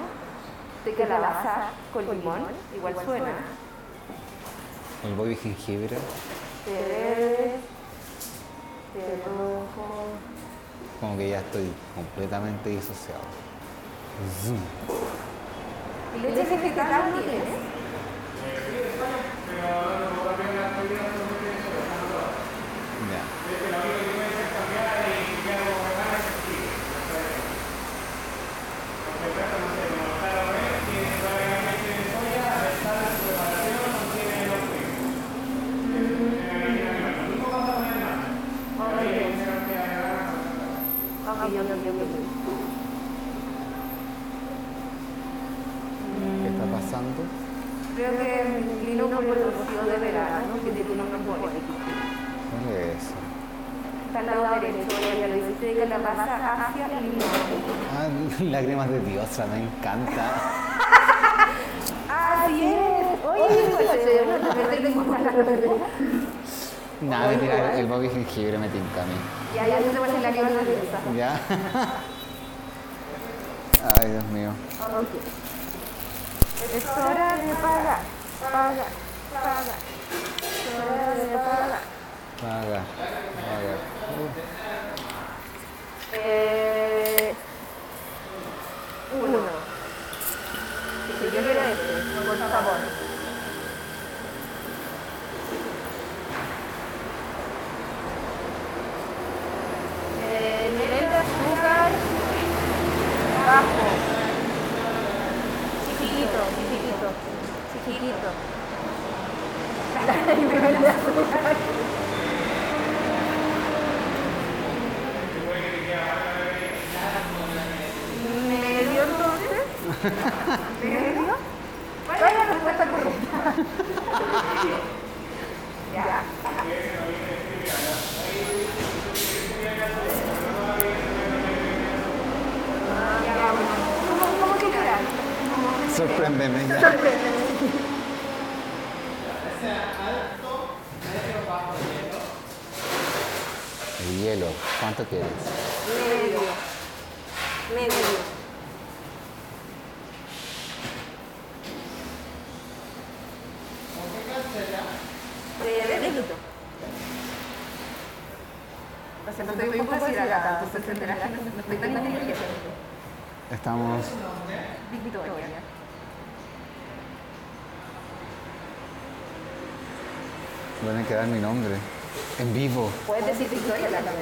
de calabaza con limón, igual suena.
El bobby jengibre.
Té verde, té rojo...
Como que ya estoy completamente disociado. Zoom.
¿Leche vegetal no tienes?
Ya.
Ok, ok, ok, ok.
¿Qué está pasando?
Creo que me inclino por el rocío de verano, que tiene un nombre poético.
¿Cuál es eso?
Está al lado derecho, ya lo dice, de calabaza hacia el limón.
Ah, lágrimas de diosa, me encanta.
Así es. Oye, pues, eh, bueno, me tengo que hablar de verdad.
Nada, de tirar el bobby jengibre me tinca a mí.
Ya, ya, no se va a hacer la guerra de esa.
¿Ya? Ay, Dios mío.
Es hora de pagar, pagar, pagar. Es hora de pagar.
Paga, paga.
Eh, uno. Sí, yo quiero este, por favor. Eh, nivel de azúcar bajo. Chiquitito, chiquitito, chiquitito. nivel de azúcar. ¿Medio entonces? ¿Medio? ¿Cuál es la respuesta correcta? ya. Ah, ya, bueno. ¿Cómo, cómo que queda?
Sorpréndeme ya. El hielo, ¿cuánto quieres?
Medio. Medio. Este, De dedito. O sea, no estoy muy considerada, entonces entenderás que no estoy tan inteligente.
Estamos
Victoria.
Van a quedar mi nombre. En vivo.
Puedes decir Victoria la verdad.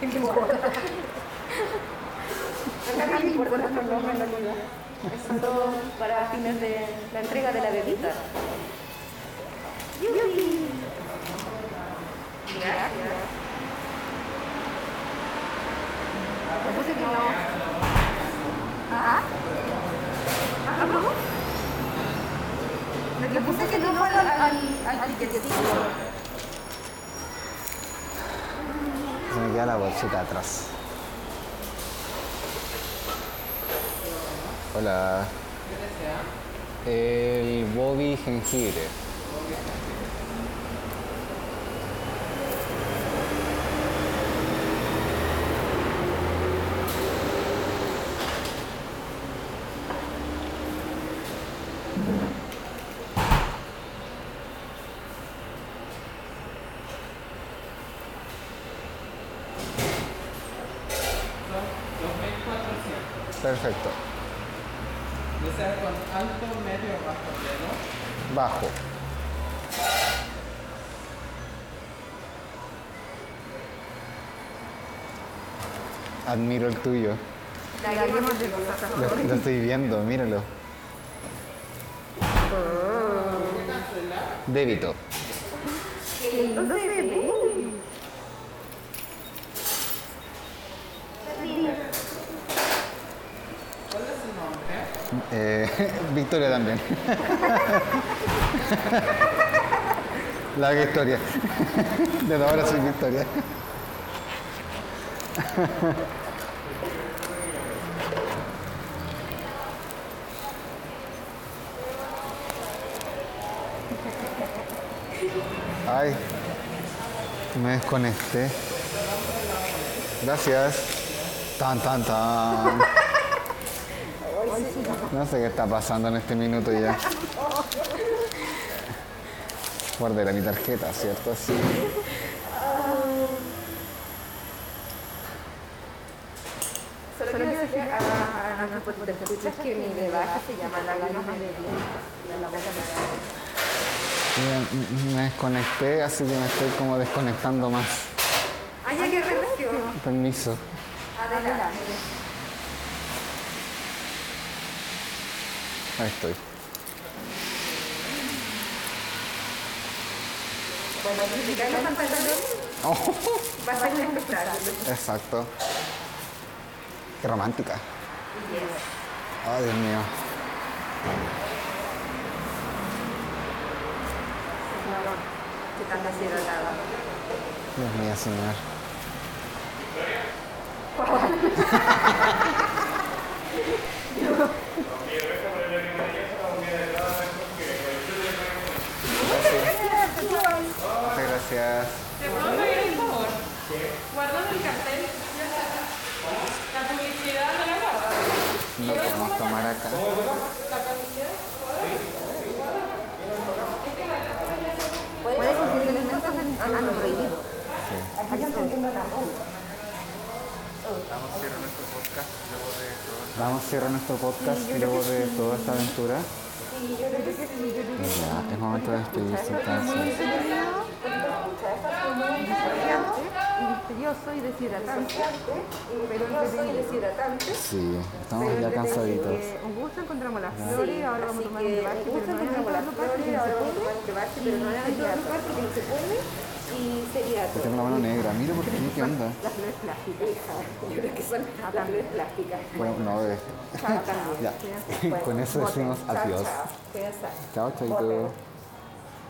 ¿Qué me importa? Acá no me importan los nombres, no me Es solo para fines de la entrega de la bebida. ¡Yupi! Gracias. Me puse que no. Ajá. ¿Ah, ¿cómo? Le puse que no fuera al, al, al tiquetito.
Se me queda la bolsita atrás. Hola. El Bobby Jengibre. Perfecto. con alto, medio, bajo, Bajo. Admiro el tuyo. Lo, lo estoy viendo, míralo. Débito. Eh, Victoria también. La Victoria. Desde ahora soy Victoria. Ay, me desconecté. Gracias. Tan, tan, tan. No sé qué está pasando en este minuto ya. Guardaré mi tarjeta, ¿cierto? Sí.
Solo quiero decir a, a, a nuestros podescuchas que mi debajo se llama Lágrimas de Dios. La boca me da.
Me- Me desconecté, así que me estoy como desconectando más.
Ay, ya, qué relación.
Permiso.
Adelante.
Ahí estoy.
Bueno, criticando el pantalón vas a escuchar.
Exacto. Qué romántica. Ay, Dios mío.
Que están haciendo nada.
Dios mío, señor. Muchas gracias.
¿Te puedo pedir un favor? Guardan el cartel. La publicidad no la guardas.
No podemos tomar acá.
Puede conseguir alimentos a mano prohibido.
Damos cierre a nuestro podcast luego de toda esta aventura. Ya, es momento de despedirse entonces.
Y misterioso y deshidratante. Misterioso y deshidratante.
Sí, estamos ya cansaditos.
Eh, un gusto encontramos las flores, ahora vamos a tomar un debate, pero no en otro lugar porque no se puede. Y en otro lugar porque no se puede. Y sería
Yo tengo la mano negra, mira por qué, qué onda.
Las flores plásticas, hija. Yo creo que son las flores plásticas.
Bueno, no, eh,
Chao pues. también.
ya. Con eso decimos adiós.
Cuídense.
Chao, chaito.
Voten.